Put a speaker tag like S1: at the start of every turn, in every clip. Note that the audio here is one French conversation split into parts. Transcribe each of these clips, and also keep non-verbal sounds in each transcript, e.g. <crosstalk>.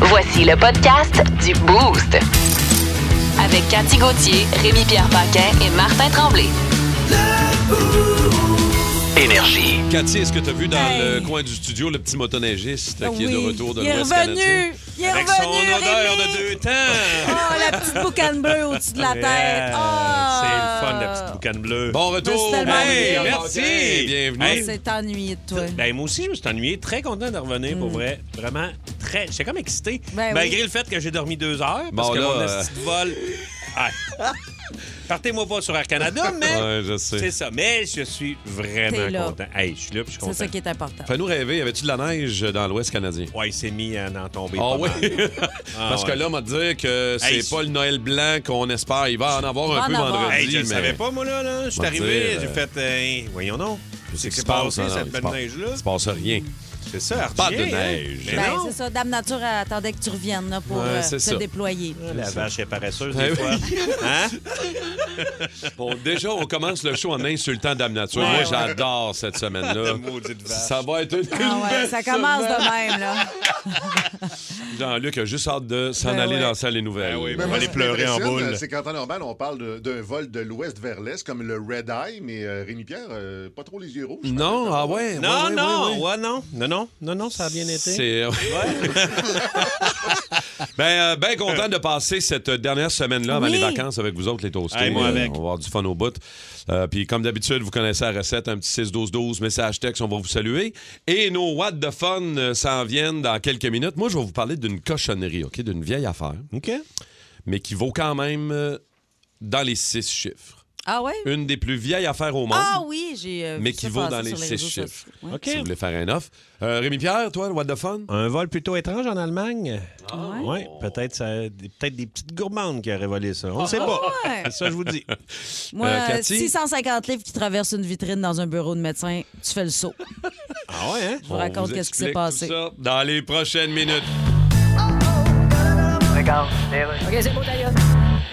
S1: Voici le podcast du Boost. Avec Cathy Gauthier, Rémi-Pierre Paquin et Martin Tremblay.
S2: Énergie.
S3: Cathy, est-ce que tu as vu dans
S4: Hey.
S3: le coin du studio le petit motoneigiste qui est de
S4: Oui.
S3: retour de
S4: Il est
S3: l'Ouest canadien?
S4: revenu. Il est
S3: Avec son
S4: revenu,
S3: odeur
S4: Rémi.
S3: de deux temps!
S4: Oh, la petite boucane bleue au-dessus de la tête. Ah.
S5: C'est le fun, la petite boucane bleue.
S4: Je
S3: Bon
S4: suis
S3: retour!
S4: tellement
S3: Hey,
S4: bien.
S3: merci! Bienvenue!
S5: Hey.
S4: C'est ennuyé de toi.
S5: Ben, moi aussi, je me suis ennuyé. Très content de revenir, pour vrai. Vraiment, très. J'étais comme excité.
S4: Mm. Ben oui.
S5: Malgré le fait que j'ai dormi deux heures, parce
S3: Bon,
S5: que
S3: là,
S5: mon
S3: euh,
S5: esti de
S3: <laughs>
S5: vol. Ah. Partez-moi pas sur
S3: <laughs>
S5: Air Canada, mais.
S3: Ouais, je sais.
S5: C'est ça. Mais je suis
S4: T'es là.
S5: vraiment content. Hey, je suis là, puis je suis
S4: C'est ça
S5: content.
S4: qui est important.
S3: Fais-nous rêver, y avait-tu de la neige dans l'Ouest canadien?
S5: Ouais, il s'est mis euh, à en tomber.
S3: Ah
S5: pas
S3: oui!
S5: mal. Ah
S3: <laughs> Parce que
S5: ouais.
S3: là, on m'a dit que c'est
S5: Hey, c'est-
S3: pas le Noël blanc qu'on espère. Il va en avoir
S4: va
S3: un
S4: en
S3: peu
S4: avoir.
S3: vendredi.
S5: Hey, je le
S3: mais-
S5: savais pas, moi, là. là. Je suis
S3: Va
S5: arrivé,
S3: dire,
S5: j'ai
S3: euh,
S5: fait. euh, voyons donc.
S3: Qu'est-ce
S5: C'est
S3: qui
S5: que
S3: se
S5: passé,
S3: passe? Non, non,
S5: cette
S3: il se
S5: belle
S3: passe-
S5: neige-là?
S3: Il se passe rien.
S5: C'est ça,
S3: Pas de
S5: Archie, hein?
S3: neige.
S5: Mais
S4: Ben,
S5: non.
S4: c'est ça. Dame Nature elle attendait que tu reviennes là, pour
S3: Ouais,
S4: euh,
S3: c'est
S4: te
S3: ça.
S4: déployer.
S5: Ah, La vache est paresseuse,
S3: Eh
S5: des
S3: oui.
S5: fois. Hein?
S3: <laughs> Bon, déjà, on commence le show en insultant Dame Nature.
S5: Ouais,
S3: Moi,
S5: ouais.
S3: j'adore cette <laughs> semaine-là.
S5: Maudite vache.
S3: Ça va être une
S4: Ah ouais,
S3: belle
S4: ça commence de même, là.
S3: semaine. Jean-Luc a juste hâte de s'en
S4: Ben
S3: aller
S4: ouais.
S3: dans la salle des nouvelles.
S5: Ben oui,
S6: Mais
S5: On
S6: moi,
S5: va aller
S6: ce qui
S5: pleurer en
S6: m'impressionne, euh,
S5: boule.
S6: C'est qu'en temps normal, on parle de- d'un vol de l'ouest vers l'est, comme le Red Eye, mais euh, Rémi Pierre, pas trop les yeux rouges.
S3: Non, ah ouais.
S5: Non,
S3: ouais, ouais,
S5: non,
S3: ouais, ouais.
S5: ouais, non, non, non, non, non, ça a bien été.
S3: C'est. ben, euh, ben content de passer cette dernière semaine-là avant
S4: Oui.
S3: les vacances avec vous autres, les toastés.
S5: Hey, moi
S3: Euh,
S5: avec.
S3: on va avoir du fun au bout. Euh, Puis, comme d'habitude, vous connaissez la recette, un petit 6-12-12, message texte, on va vous saluer. Et nos watts de fun euh, s'en viennent dans quelques minutes. Moi, je vais vous parler d'une cochonnerie, OK? D'une vieille affaire,
S5: OK.
S3: mais qui vaut quand même euh, dans les six chiffres.
S4: Ah ouais?
S3: Une des plus vieilles affaires au monde.
S4: Ah oui, j'ai. euh,
S3: Mais
S4: vu
S3: qui
S4: ça
S3: vaut
S4: passer
S3: dans les
S4: sur
S3: six
S4: réseaux
S3: chiffres.
S4: sociaux. Ouais.
S5: OK.
S3: Si vous voulez faire un offre. Euh, Rémi-Pierre, toi, le what the fun?
S5: Un vol plutôt étrange en Allemagne.
S4: Ah Ouais.
S5: Ouais, peut-être ça- des- peut-être des petites gourmandes qui auraient volé ça. On ne sait pas.
S4: Ah ouais.
S5: C'est ça, que je vous dis.
S4: Moi,
S3: Euh, Cathy?
S4: 650 livres qui traversent une vitrine dans un bureau de médecin, tu fais le saut.
S5: Ah ouais, hein?
S4: Je vous raconte qu'est-ce qui s'est passé.
S3: dans les prochaines minutes.
S7: Eh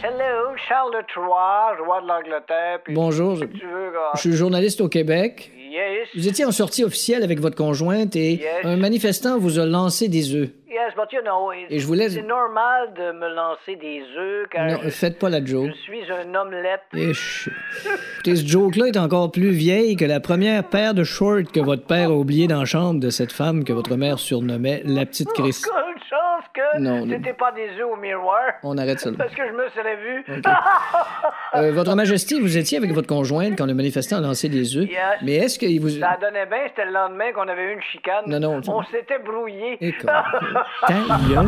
S7: Hello, Charles III, roi de l'Angleterre. puis
S8: Bonjour, je,
S7: Tu veux, gars?
S8: je suis journaliste au Québec.
S7: Yes,
S8: Vous étiez en sortie officielle avec votre conjointe et
S7: Yes.
S8: un manifestant vous a lancé des œufs.
S7: yes, but you know, it's-
S8: Et je voulais-
S7: c'est normal de me lancer des œufs car
S8: Ne
S7: je,
S8: faites pas la joke.
S7: je suis un omelette.
S8: Et je- <laughs> Écoutez, ce joke-là est encore plus vieille que la première paire de shorts que votre père a oublié dans la chambre de cette femme que votre mère surnommait la petite Chris.
S7: Une chance que
S8: Non, non.
S7: c'était pas des œufs au miroir.
S8: On arrête ça. là.
S7: Parce que je me serais vu.
S8: Euh, votre Majesté, vous étiez avec votre conjointe quand le manifestant a lancé des œufs.
S7: Yes.
S8: Mais est-ce qu'il vous...
S7: Ça donnait bien, c'était le lendemain qu'on avait eu une chicane.
S8: Non, non, ça-
S7: On s'était brouillé.
S8: Écoute, ta gueule.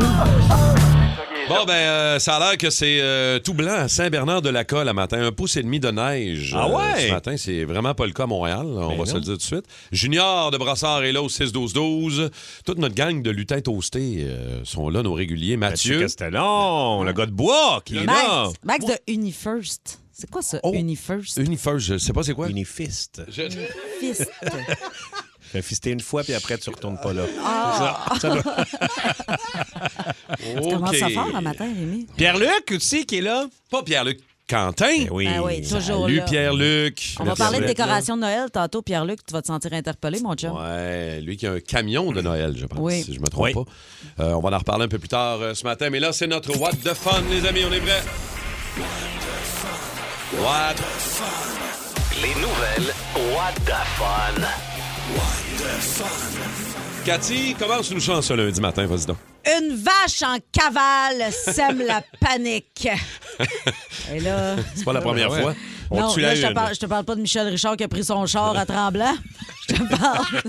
S3: Bon, ben, euh, ça a l'air que c'est euh, tout blanc à Saint-Bernard-de-la-Colle à matin. Un pouce et demi de neige.
S5: Ah
S3: euh,
S5: ouais? Ben
S3: ce matin, c'est vraiment pas le cas à Montréal. On va se le dire tout de suite. Junior de Brassard est là au 6-12-12. Toute notre gang de lutins toastés euh, sont là, nos réguliers. Mathieu.
S5: Castellon, le gars de bois qui est là.
S4: Max, Max de Unifirst. C'est quoi ça,
S3: Oh.
S4: Unifirst?
S3: Unifirst, je sais pas c'est quoi.
S5: Unifiste.
S3: Je-
S4: Fist.
S5: J'ai fisté une fois, puis après, tu retournes pas là.
S4: Ah! <laughs> Tu commences à
S3: OK.
S4: faire un matin, hein, Rémi.
S5: Pierre-Luc aussi qui est là.
S3: Pas Pierre-Luc Quentin.
S5: oui.
S4: Ben oui, toujours
S3: Salut
S4: là.
S3: Pierre-Luc.
S4: On va
S3: Merci
S4: parler de
S3: d'être là.
S4: décoration de Noël tantôt, Pierre-Luc. Tu vas te sentir interpellé, mon chum.
S3: Ouais, lui qui a un camion de Noël, je pense,
S4: Hmm. Oui.
S3: si je me trompe
S5: Oui.
S3: pas. Euh, on va en reparler un peu plus tard euh, ce matin, mais là, c'est notre What the Fun, les amis, on est prêts. What?
S2: Les nouvelles What the Fun.
S3: Cathy, commence-nous chant ce lundi matin, vas-y donc.
S4: Une vache en
S3: <laughs>
S4: cavale sème la panique. Et là,
S3: C'est pas la première fois. On
S4: non,
S3: tue
S4: là,
S3: la
S4: je te,
S3: une.
S4: parle, je te parle pas de Michel Richard qui a pris son char à tremblant. Je te parle.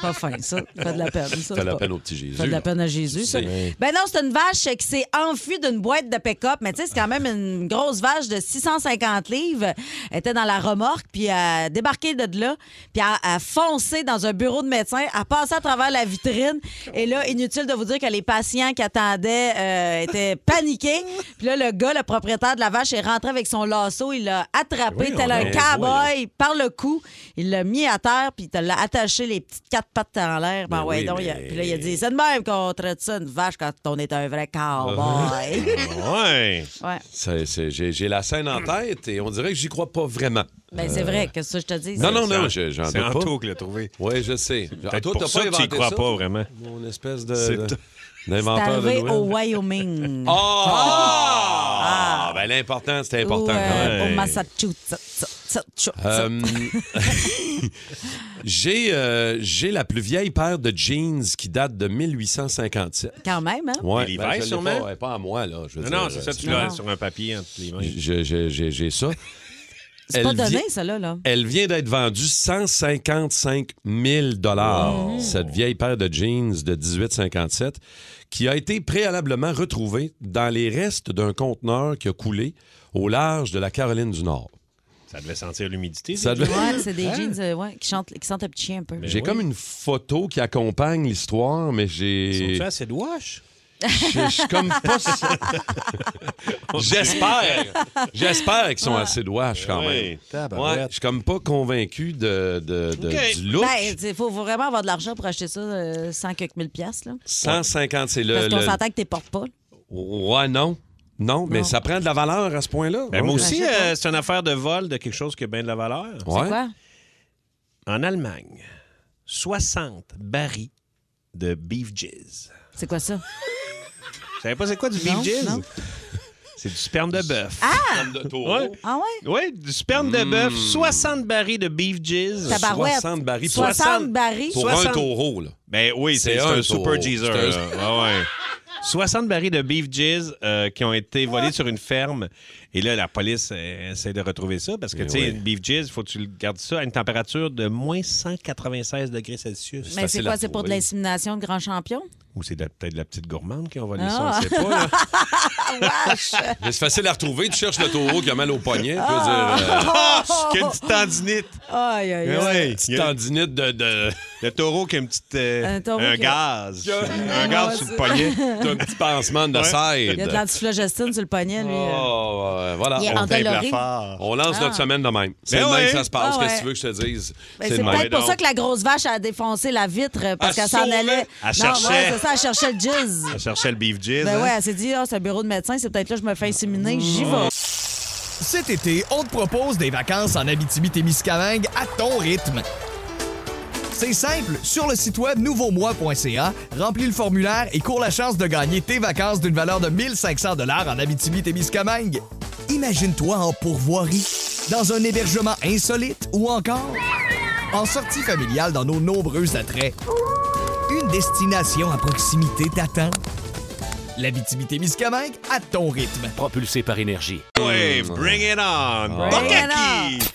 S4: pas fin, ça. Fait de la peine. Ça,
S3: Fait de la
S4: c'est
S3: peine
S4: pas-
S3: au petit Jésus.
S4: Fait de la peine à Jésus, ça.
S3: C'est-
S4: <laughs> Ben non, c'est une vache qui s'est enfuie d'une boîte de pick-up, mais tu sais, c'est quand même une grosse vache de 650 livres. Elle était dans la remorque, puis elle a débarqué de là, puis elle a, foncé dans un bureau de médecin, elle a passé à travers la vitrine, et là, inutile de vous dire que les patients qui attendaient euh,
S3: <laughs>
S4: étaient paniqués. Puis là, le gars, le propriétaire de la vache, est rentré avec son lasso, il l'a attrapé
S3: Voyons
S4: tel un
S3: donc.
S4: cow-boy par le cou, il l'a mis à terre, puis il l'a attaché les petites quatre pattes en l'air. Ben
S3: Ben
S4: ouais,
S3: oui,
S4: donc, il a-
S3: mais-
S4: puis là, il a dit, c'est de même qu'on traite ça une vache quand on est un vrai
S3: Ah.
S4: cowboy.
S5: Ouais.
S4: ouais.
S3: C'est- c'est- J'ai j'ai la scène en tête et on dirait que j'y crois pas vraiment.
S4: <laughs>
S3: Euh,
S4: Ben, c'est vrai, qu'est-ce que je te dis?
S3: Non, non,
S5: C'est
S3: non,
S5: en-
S3: je- j'en
S5: C'est
S3: doute pas.
S5: Anto qui l'a trouvé.
S3: Oui, je sais.
S5: Peut-être
S3: Toi,
S5: pour
S3: t'as
S5: ça
S3: pas
S5: que t'y
S3: inventé
S5: crois
S3: ça?
S5: pas vraiment.
S3: Mon espèce de-
S5: C'est-
S3: de-
S4: C'est
S3: d'inventeur de
S4: arrivé
S3: nouvelles.
S4: au Wyoming.
S3: <laughs> Ah!
S4: Ah!
S3: Ben, l'important, c'était
S4: Ou,
S3: important
S4: euh,
S3: quand même.
S4: au Massachusetts.
S3: Euh, <laughs> j'ai euh, j'ai la plus vieille paire de jeans qui date de 1857.
S4: Quand même, hein?
S3: Ouais,
S5: Et l'hiver,
S3: Ben, je l'ai
S5: sûrement?
S3: Pas, ouais, pas à moi, là. je veux
S5: Non,
S3: dire,
S5: non, c'est ça,
S3: euh,
S5: tu
S3: c'est-
S5: l'as
S4: Non.
S5: sur un papier entre les mains.
S3: je- je- J'ai j'ai ça.
S4: <laughs> C'est pas
S3: Elle
S4: donné,
S3: vit-
S4: ça, là. là.
S3: Elle vient d'être vendue 155 000
S4: Oh.
S3: cette vieille paire de jeans de 1857, qui a été préalablement retrouvée dans les restes d'un conteneur qui a coulé au large de la Caroline du Nord.
S5: Ça devait sentir l'humidité. Hein?
S3: Ça
S5: c'est
S3: doit-
S4: Ouais, c'est des jeans euh, ouais, qui, chantent, qui sentent un petit chien un peu.
S3: Hein? J'ai
S4: <laughs>
S3: comme une photo qui accompagne l'histoire, mais j'ai.
S5: Sont-tu assez de wash?
S3: Je je suis comme
S4: <laughs>
S3: pas. euh, sûr. <laughs> J'espère. J'espère qu'ils sont assez douaches quand même.
S5: Oui,
S3: Ouais, je suis comme pas convaincu de, de- de-
S5: Ok.
S3: du look.
S4: Ben, il faut vraiment avoir de l'argent pour acheter ça euh, 100 quelques mille piastres, là.
S3: 150, c'est le.
S4: Parce qu'on
S3: le-
S4: s'entend que t'es portes pas.
S3: Ouais, non. Non, mais
S4: Non.
S3: ça prend de la valeur à ce point-là.
S5: Ben,
S3: Ouais.
S5: moi aussi,
S4: Oh, je sais
S5: euh,
S4: pas.
S5: c'est une affaire de vol de quelque chose qui a bien de la valeur.
S3: Ouais.
S4: Quoi?
S5: En Allemagne, 60 barils de beef jizz.
S4: C'est quoi ça?
S5: Vous savez pas c'est quoi du
S4: Non,
S5: beef jizz?
S4: non.
S5: C'est du sperme de bœuf. Ouais.
S4: Ah ouais?
S5: Oui, du sperme de bœuf, 60 barils de beef jizz.
S4: Ça va. Tabarouette.
S3: 60 Hmm. barils pour,
S4: 60 barils.
S3: pour un
S5: 60.
S3: taureau, là.
S5: Ben oui,
S3: C'est
S5: c'est c'est un,
S3: un taureau.
S5: super jizzer.
S3: C'est un-
S5: là. Ah ouais. 60 barils de beef jizz euh, qui ont été volés sur une ferme. Et là, la police euh, essaie de retrouver ça parce que,
S3: Eh
S5: tu sais,
S3: ouais.
S5: une beef jizz, faut que tu le gardes ça à une température de moins 196 degrés Celsius.
S4: Mais c'est
S3: facile à
S4: quoi? C'est pour de
S3: trouver.
S4: l'insémination de grands champions?
S5: Ou c'est de- peut-être de la petite gourmande qui ont volé ça,
S4: Ah.
S5: on ne sait pas. là.
S3: Mais c'est facile à retrouver. Tu cherches le taureau qui a mal au poignet. tu
S4: Ah!
S3: veux dire,
S4: <laughs>
S3: euh,
S5: Qu'une petite tendinite.
S4: Oh! Aïe, aïe, aïe.
S3: petite tendinite de- de...
S5: <laughs> Le taureau qui a une petite, euh,
S4: Un taureau
S5: un
S4: qui a-
S5: gaz. un
S4: Ouais,
S5: gaz
S4: ouais,
S5: sur le
S4: c'est- <laughs>
S5: poignet.
S3: T'as un petit pansement de
S5: Ouais.
S3: side.
S4: Il y a de l'antiflogestine sur le poignet, lui. euh.
S3: Oh, ouais, voilà.
S4: Il est
S3: On,
S4: en coloré.
S3: on lance notre semaine de même. C'est
S5: Ben
S3: de même
S5: oui.
S3: que ça se passe.
S4: Ah
S3: Qu'est-ce que
S4: ouais.
S3: tu veux que je te dise?
S4: Ben,
S3: de
S4: c'est
S3: même.
S4: peut-être pour
S5: donc.
S4: ça que la grosse vache a défoncé la vitre euh, parce
S3: Elle
S4: qu'elle s'en
S3: sauvait.
S4: allait.
S5: Elle
S4: Non, ouais,
S5: cherchait.
S4: c'est ça, elle cherchait le jizz.
S5: Elle cherchait le beef jizz.
S4: Ben
S5: hein?
S4: ouais, elle s'est dit, ah, c'est un bureau de médecin, c'est peut-être là que je me fais
S9: Mmh.
S4: inséminer, j'y vais.
S9: Cet été, on te propose des vacances en Abitibi-Témiscamingue à ton rythme. C'est simple, sur le site web nouveaumois.ca, remplis le formulaire et cours la chance de gagner tes vacances d'une valeur de 1500 dollars en Abitibi-Témiscamingue. Imagine-toi en pourvoirie, dans un hébergement insolite ou encore en sortie familiale dans nos nombreux attraits. Une destination à proximité t'attend. L'Abitibi-Témiscamingue à ton rythme.
S2: Propulsé par énergie.
S5: Wave, bring it on.
S4: Mmh. Bring it
S5: Bukkake.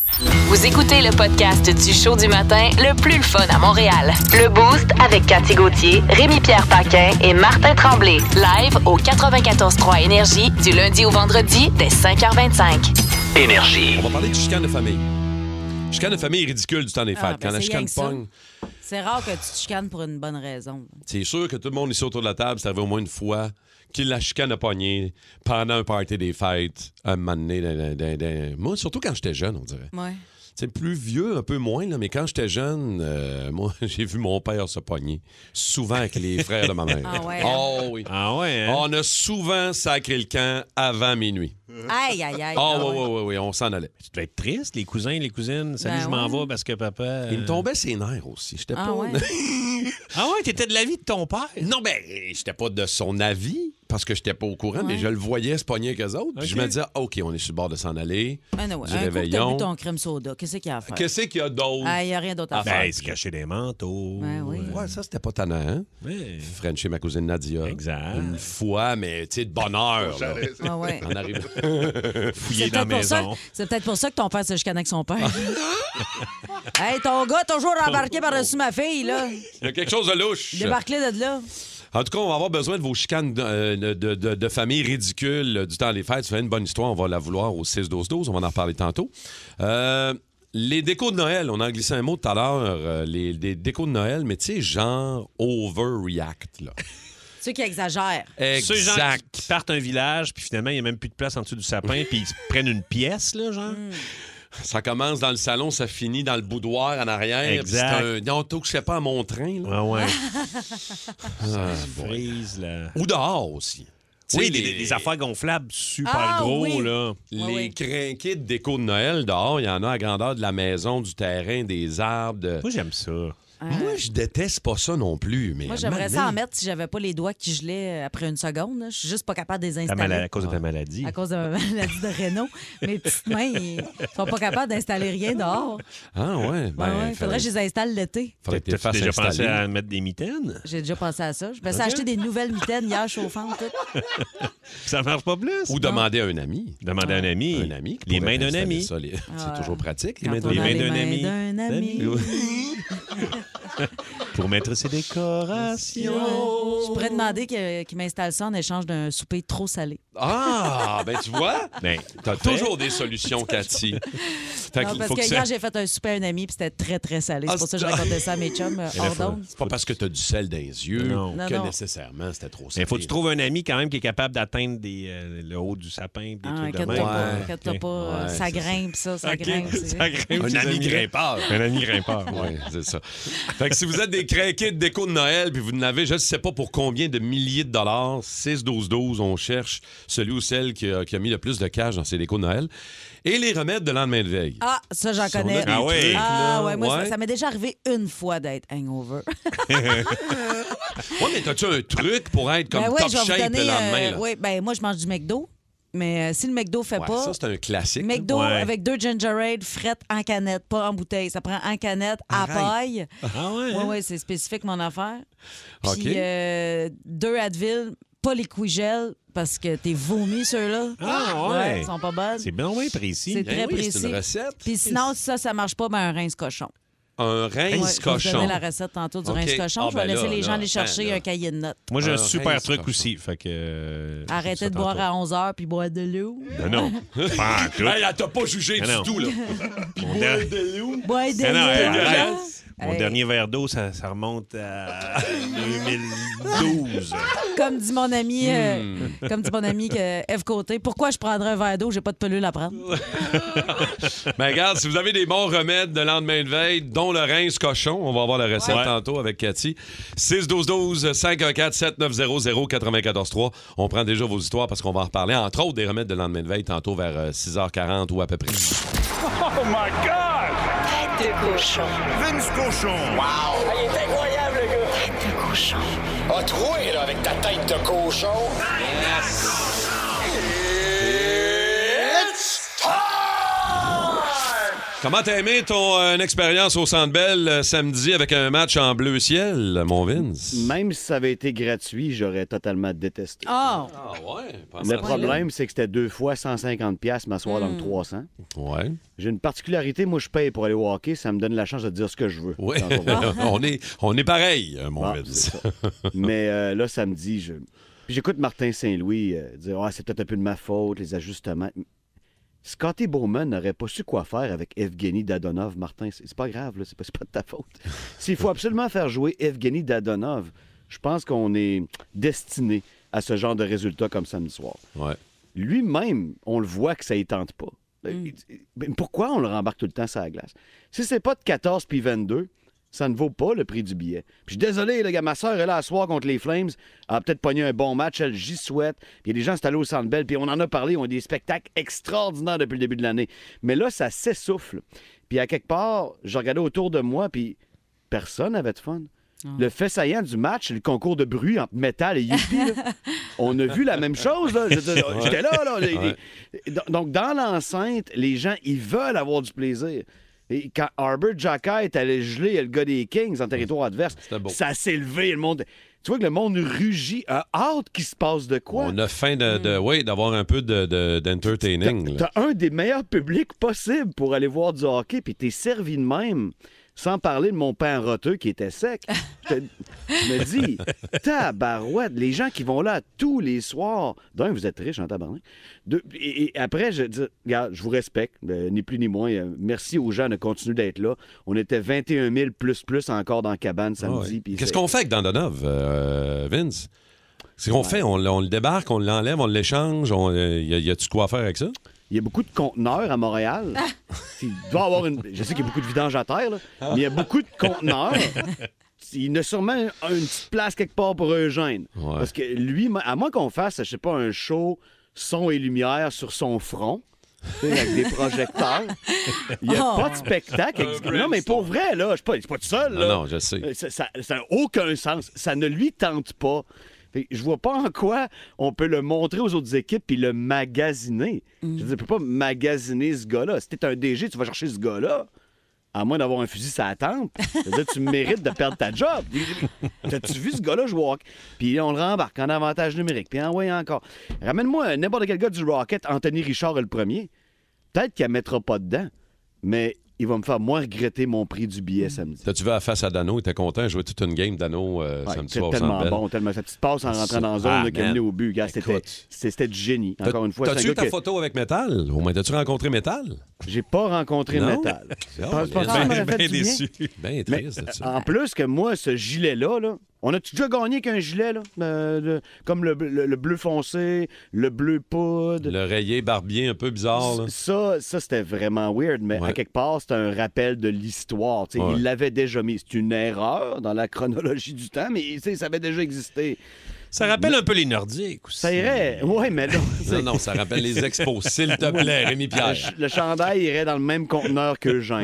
S1: Vous écoutez le podcast du show du matin le plus le fun à Montréal. Le Boost avec Cathy Gauthier, Rémi-Pierre Paquin et Martin Tremblay. Live au 94.3 Énergie du lundi au vendredi dès 5h25.
S2: Énergie.
S3: On va parler de chicane de famille. Chicane de famille est ridicule du temps des fêtes.
S4: Ah, ben,
S3: Quand la
S4: c'est
S3: chicane
S4: rien que ça.
S3: pogne,
S4: C'est rare que tu te chicanes pour une bonne raison.
S3: c'est sûr que tout le monde ici autour de la table, c'est arrivé au moins une fois qu'il la chicane a pogné pendant un party des fêtes, un moment donné. d'un- d'un- d'un- d'un- Moi, surtout quand j'étais jeune, on dirait.
S4: Ouais.
S3: C'est plus vieux, un peu moins, là, mais quand j'étais jeune, euh, moi, <laughs> j'ai vu mon père se pogner. Souvent avec les frères de ma mère.
S4: <laughs> Ah ouais?
S3: Oh oui.
S5: Ah ouais, hein?
S3: On a souvent sacré le camp avant minuit.
S4: Aïe, aïe, aïe.
S3: Ah
S4: ah
S3: oui,
S4: ouais.
S3: oui, oui, oui, on s'en allait.
S5: Tu devais être triste, les cousins et les cousines. Salut,
S4: Ben
S5: je m'en
S4: ouais.
S5: vais parce que papa. euh,
S3: Il me tombait ses nerfs aussi. J'étais
S4: Ah
S3: pas...
S4: ouais. <laughs>
S5: Ah ouais, t'étais de l'avis de ton père.
S3: Non, ben, j'étais pas de son avis, parce que j'étais pas au courant, mais je le voyais se pogner avec eux autres. Puis je
S5: Ok.
S3: me disais, OK, on est sur le bord de s'en aller,
S4: Ah non,
S3: du
S4: un coup que t'as
S3: réveillon.
S4: bu ton crème soda, qu'est-ce qu'il y a à faire?
S3: Qu'est-ce qu'il y a d'autre?
S4: Ah, il n'y a rien d'autre à
S3: Ah,
S4: faire.
S5: Ben, il se cachait des manteaux.
S4: Ben oui.
S3: Ouais, ça, c'était pas tannant, hein?
S5: Ouais.
S3: French chez ma cousine Nadia.
S5: Exact.
S3: Une fois, mais tu sais, de bonheur. là.
S6: J'allais-
S4: Ah ouais.
S3: En arrivant. <laughs>
S5: Fouiller
S4: C'est
S5: dans la
S4: peut-être pour ça-
S5: maison.
S4: c'est peut-être pour ça que ton père se chicane avec son père. <laughs> hey, ton gars, toujours embarqué par-dessus ma fille, là.
S3: Il y a quelque chose de louche.
S4: Débarque-le de là.
S3: En tout cas, on va avoir besoin de vos chicanes de, euh, de- de- de famille ridicules euh, du temps des fêtes. Si vous avez une bonne histoire, on va la vouloir au 6-12-12. On va en reparler tantôt. Euh, les décos de Noël, on en glissé un mot tout à l'heure. euh, les, les décos de Noël, mais tu sais, genre overreact. Là.
S4: Ceux qui exagèrent.
S5: Ceux gens qui- qui partent un village, puis finalement, il n'y a même plus de place en dessous du sapin, puis ils se prennent une pièce, là, genre.
S4: Hmm.
S3: Ça commence dans le salon, ça finit dans le boudoir en arrière. puis
S5: Exact.
S3: c'est un- Non, touchez pas à mon train. là.
S5: Ah
S3: <laughs>
S5: ouais.
S3: Ah, boy.
S5: Frise, là.
S3: Ou dehors aussi. Tu sais,
S5: Oui, des, des- des affaires gonflables super
S4: Ah,
S5: gros,
S4: oui.
S5: là.
S3: Les
S4: Ouais, oui.
S3: crinqués de déco de Noël dehors, il y en a à grandeur de la maison, du terrain, des arbres. de-
S5: Moi, j'aime ça.
S3: Moi, je déteste pas ça non plus. Mais
S4: Moi, j'aimerais
S3: man,
S4: ça en mettre si j'avais pas les doigts qui gelaient euh, après une seconde. là. Je suis juste pas capable de les
S5: Ta
S4: installer.
S5: mal- à cause de ta maladie.
S4: À cause de ma <laughs> maladie de Renault. Mes petites mains, ils sont pas capables d'installer rien dehors.
S3: Ah ouais, ben,
S4: Ben ouais, faudrait que je les installe l'été.
S3: faudrait que tu
S5: T'as-
S3: te fasses
S5: T'as-tu déjà pensé
S3: installer.
S5: à mettre des mitaines?
S4: J'ai déjà pensé à ça. Je me suis acheté des nouvelles mitaines hier chauffantes. tout.
S5: Ça marche pas plus.
S3: Ou demander à un ami.
S5: Demander à un ami.
S3: Un ami qui
S5: les
S3: pourrait
S5: mains d'un
S3: t'installer
S5: ami.
S3: ça, les-
S4: Ah.
S3: C'est toujours pratique, les
S4: Quand
S3: mains
S4: on
S3: d'un
S4: a
S3: ami.
S4: les mains d'un ami.
S5: <laughs> Pour mettre ses décorations.
S4: Je pourrais demander que- qu'ils m'installent ça en échange d'un souper trop salé.
S3: Ah, ben tu vois,
S5: Ben,
S3: t'as toujours
S4: <laughs>
S3: des solutions, Cathy. Fait
S4: Non,
S3: qu'il
S4: parce
S3: faut
S4: que,
S3: que ça-
S4: hier, j'ai fait un souper à un ami, puis c'était très, très salé.
S3: Ah,
S4: C'est pour ça que je
S3: c'est-
S4: racontais ça à mes
S3: <laughs>
S4: chums euh,
S5: Mais là,
S4: hors
S5: faut-
S4: d'onde.
S3: C'est pas parce que t'as du sel dans les yeux
S5: Non.
S4: Non,
S3: que
S4: non.
S3: nécessairement c'était trop
S5: Mais
S3: salé.
S5: faut que tu trouves un ami quand même qui est capable d'atteindre des, euh, le haut du sapin. Des
S4: Ah,
S5: trucs de
S4: inquiète-toi
S5: même.
S4: pas,
S3: Ouais,
S4: inquiète-toi
S5: ok.
S4: pas. euh,
S3: Ouais,
S4: ça
S3: c'est
S4: grimpe, ça, ça
S5: Ok,
S4: grimpe. c'est-
S5: ça grimpe,
S3: Un
S5: ces
S3: ami
S5: amis-là.
S3: grimpeur.
S5: Un ami grimpeur.
S3: Oui, c'est ça. Fait que si vous êtes des craqués de déco de Noël, puis vous n'avez, je ne sais pas pour combien de milliers de dollars, 6-12-12, on cherche celui ou celle qui a, qui a mis le plus de cash dans ses décos de Noël. Et les remèdes de lendemain de
S5: <laughs>
S3: veille.
S4: Ah, ça, j'en
S3: Si on a
S4: connais.
S3: des
S5: Ah ouais.
S3: trucs,
S4: Ah
S3: là,
S4: ouais, moi, ça-
S3: ouais.
S4: ça, m'est déjà arrivé une fois d'être hangover. <laughs>
S3: Ouais, mais t'as-tu un truc pour être comme
S4: Ben ouais,
S3: top
S4: je vais vous
S3: shape le
S4: donner,
S3: lendemain?
S4: euh,
S3: là?
S4: oui, ben moi, je mange du McDo, mais euh, si le McDo fait
S3: Ouais,
S4: pas...
S3: ça, c'est un classique. là.
S4: McDo
S5: Ouais.
S4: avec deux ginger ale, frette en canette, pas en bouteille. Ça prend en canette,
S3: Arrête. hein?
S4: à paille.
S5: Ah ouais?
S4: Oui, oui, c'est spécifique, mon affaire. Puis
S3: OK.
S4: euh, deux Advil, pas les couilles gel, parce que t'es vomi, ceux-là.
S5: Ah, ouais.
S4: Ils sont pas bonnes.
S5: C'est bien oui,
S4: C'est
S5: précis.
S3: Ben
S4: très
S3: oui,
S4: précis.
S3: c'est une recette.
S4: Puis sinon, si ça, ça marche pas, ben un rince cochon.
S3: Un
S4: Ouais,
S3: rince
S4: Je vais vous
S3: cochon.
S4: donner la recette tantôt du
S3: OK.
S4: rince cochon.
S3: Ah,
S4: je vais
S3: ben
S4: laisser
S3: là,
S4: les gens
S3: là,
S4: aller chercher
S3: ben là.
S4: un cahier de notes.
S5: Moi, j'ai
S3: Un
S5: un super
S3: rince
S5: truc
S3: cochon.
S5: aussi. Fait que, euh,
S4: Arrêtez
S5: ça
S4: de boire
S5: tantôt. Ben
S4: à 11 h puis boire de l'eau.
S5: Non,
S4: <laughs>
S5: non. Pas en tout.
S3: Hey, elle t'a pas jugé
S5: Mais
S3: du
S5: non.
S3: tout, là.
S5: Mon der-
S4: Boire de
S5: Non, non, hey,
S4: l'eau.
S5: arrête.
S4: là.
S5: Mon
S4: Hey.
S5: dernier verre d'eau, ça, ça
S4: <laughs>
S5: remonte à 2012.
S4: Comme dit mon ami, euh,
S10: Hmm.
S4: comme dit mon ami que F Côté, pourquoi je prendrais un verre d'eau, j'ai pas de pelule à prendre.
S3: Mais Ben, regarde, si vous avez des bons remèdes de lendemain de veille, dont le rince cochon, on va avoir la recette
S5: Ouais.
S3: tantôt avec Cathy. 6 12 12 514 7900 94 3. On prend déjà vos histoires parce qu'on va en reparler, entre autres, des remèdes de lendemain de veille tantôt vers euh, 6h40 ou à peu près.
S1: Tête de cochon.
S11: il est incroyable, le gars!
S1: Tête de cochon.
S11: A troué, là, avec ta tête de cochon! It's time!
S3: Comment t'as aimé ton euh, expérience au Centre Bell euh, samedi avec un match en bleu ciel, mon Vince?
S10: Même si ça avait été gratuit, j'aurais totalement détesté.
S4: Oh,
S3: Ah ouais,
S10: Le problème, c'est que c'était deux fois 150 pièces m'asseoir dans le 300.
S3: Ouais.
S10: J'ai une particularité, moi je paye pour aller au hockey, ça me donne la chance de dire ce que je veux.
S3: Ouais. <laughs>
S10: Dans le fond.
S3: on, est, on est pareil, euh, mon
S10: Ah,
S3: Vince.
S10: c'est ça. Mais euh, là, samedi, je... Puis j'écoute Martin Saint-Louis euh, dire Ah, c'est peut-être un peu de ma faute, les ajustements. Scotty Bowman n'aurait pas su quoi faire avec Evgeny Dadonov, Martin. C'est c'est pas grave, là, c'est pas, c'est pas de ta faute. S'il faut absolument faire jouer Evgeny Dadonov, je pense qu'on est destiné à ce genre de résultat comme samedi soir.
S3: Ouais.
S10: Lui-même, on le voit que ça ne tente pas. Il- il- ben, Pourquoi on le rembarque tout le temps sur la glace? Si c'est pas de 14 puis 22, ça ne vaut pas le prix du billet. Puis je suis désolé, le gars, ma soeur est là à soir contre les Flames. Elle a peut-être pogné un bon match, elle j'y souhaite. Puis il y a des gens qui sont allés au Centre Bell, puis on en a parlé, on a des spectacles extraordinaires depuis le début de l'année. Mais là, ça s'essouffle. Puis à quelque part, je regardais autour de moi, puis personne n'avait de fun. Le fait saillant du match, le concours de bruit entre métal et Yuppie, là, on a vu la même chose. là. Je veux dire, J'étais là. là les- les- Donc, dans l'enceinte, les gens, ils veulent avoir du plaisir. Et quand Arbor Jackay est allé geler le gars des Kings en territoire adverse,
S3: beau.
S10: ça s'est levé, le monde. Tu vois que le monde rugit, a hâte qu'il se passe de quoi.
S3: On a faim de, de- ouais, d'avoir un peu de, de- d'entertaining. là.
S10: T'as un des meilleurs publics possibles pour aller voir du hockey, puis t'es servi de même. Sans parler de mon pain roteux qui était sec. Je te- je me dis, tabarouette, les gens qui vont là tous les soirs. D'un, vous êtes riche en tabarnak. Deux, et, et après, je dis, regarde, je vous respecte, euh, ni plus ni moins. Euh, merci aux gens de continuer d'être là. On était 21 000 plus plus encore dans la cabane samedi. puis
S3: Ah Qu'est-ce
S10: c'est-
S3: qu'on fait avec Dandonov, euh, Vince? Qu'est-ce qu'on fait? On, l- on le débarque, on l'enlève, on l'échange. On, euh, y, a, y a-tu quoi faire avec ça?
S10: Il y a beaucoup de conteneurs à Montréal. Il doit avoir une... Je sais qu'il y a beaucoup de vidanges à terre, là,
S3: Ah.
S10: mais il y a beaucoup de conteneurs. Il y en a sûrement une petite place quelque part pour Eugène. Parce que lui, à moins qu'on fasse, je sais pas, un show son et lumière sur son front, tu sais, avec des projecteurs, il n'y a
S11: Oh.
S10: pas de spectacle.
S11: Un
S10: Non, mais pour vrai, là, je suis pas, je suis pas tout seul.
S3: Non,
S10: là.
S3: Ah non, je sais.
S10: Euh, Ça- Ça ça n'a aucun sens. Ça ne lui tente pas. Fait que Je vois pas en quoi on peut le montrer aux autres équipes puis le magasiner. Je ne peux pas magasiner ce gars-là. Si t'es un DG, tu vas chercher ce gars-là. À moins d'avoir un fusil sur la tempe, je veux dire, tu mérites de perdre ta job. <laughs> T'as-tu vu ce gars-là jouer au hockey? Puis on le rembarque en avantage numérique, puis envoyé encore. Ramène-moi n'importe quel gars du Rocket, Anthony Richard est le premier. Peut-être qu'il ne mettra pas dedans, mais il va me faire moins regretter mon prix du billet samedi.
S3: T'as-tu vu à face à Dano? Il était content, il jouait toute une game Dano euh,
S10: Ouais,
S3: samedi
S10: C'est
S3: soir. au
S10: tellement
S3: Centre Bell.
S10: bon, tellement sa petite passe en rentrant dans la zone
S3: Ah,
S10: là, qui a mené
S3: man.
S10: au but. gars, C'était c'était- c'était du génie.
S3: T'as-
S10: Encore une fois, c'est
S3: T'as-tu
S10: un
S3: eu ta
S10: gars que
S3: photo avec Metal? Au moins, t'as-tu rencontré Metal? Oh,
S10: J'ai pas rencontré
S3: <laughs>
S10: Metal. Je pense- je pense pas
S3: hein.
S10: que ça m'aurait fait du bien.
S3: Bien
S10: Mais,
S3: triste de
S10: euh,
S3: ça.
S10: en plus que moi, ce gilet-là, là, on a-tu déjà gagné qu'un gilet, là? Euh, le- comme le, le- le bleu foncé, le bleu poudre.
S3: Le rayé barbier un peu bizarre. là.
S10: Ça, ça c'était vraiment weird, mais à quelque part, c'est un rappel de l'histoire. tu sais.
S3: Ouais.
S10: Il l'avait déjà mis. C'est une erreur dans la chronologie du temps, mais tu sais, ça avait déjà existé.
S5: Ça rappelle un peu les Nordiques aussi.
S10: Ça irait. Oui, mais non. c'est-
S3: <laughs> non, ça rappelle les expos, s'il te plaît, Rémi-Pierre.
S10: Le ch- Le, chandail irait dans le même conteneur que
S3: <laughs>
S10: Jean.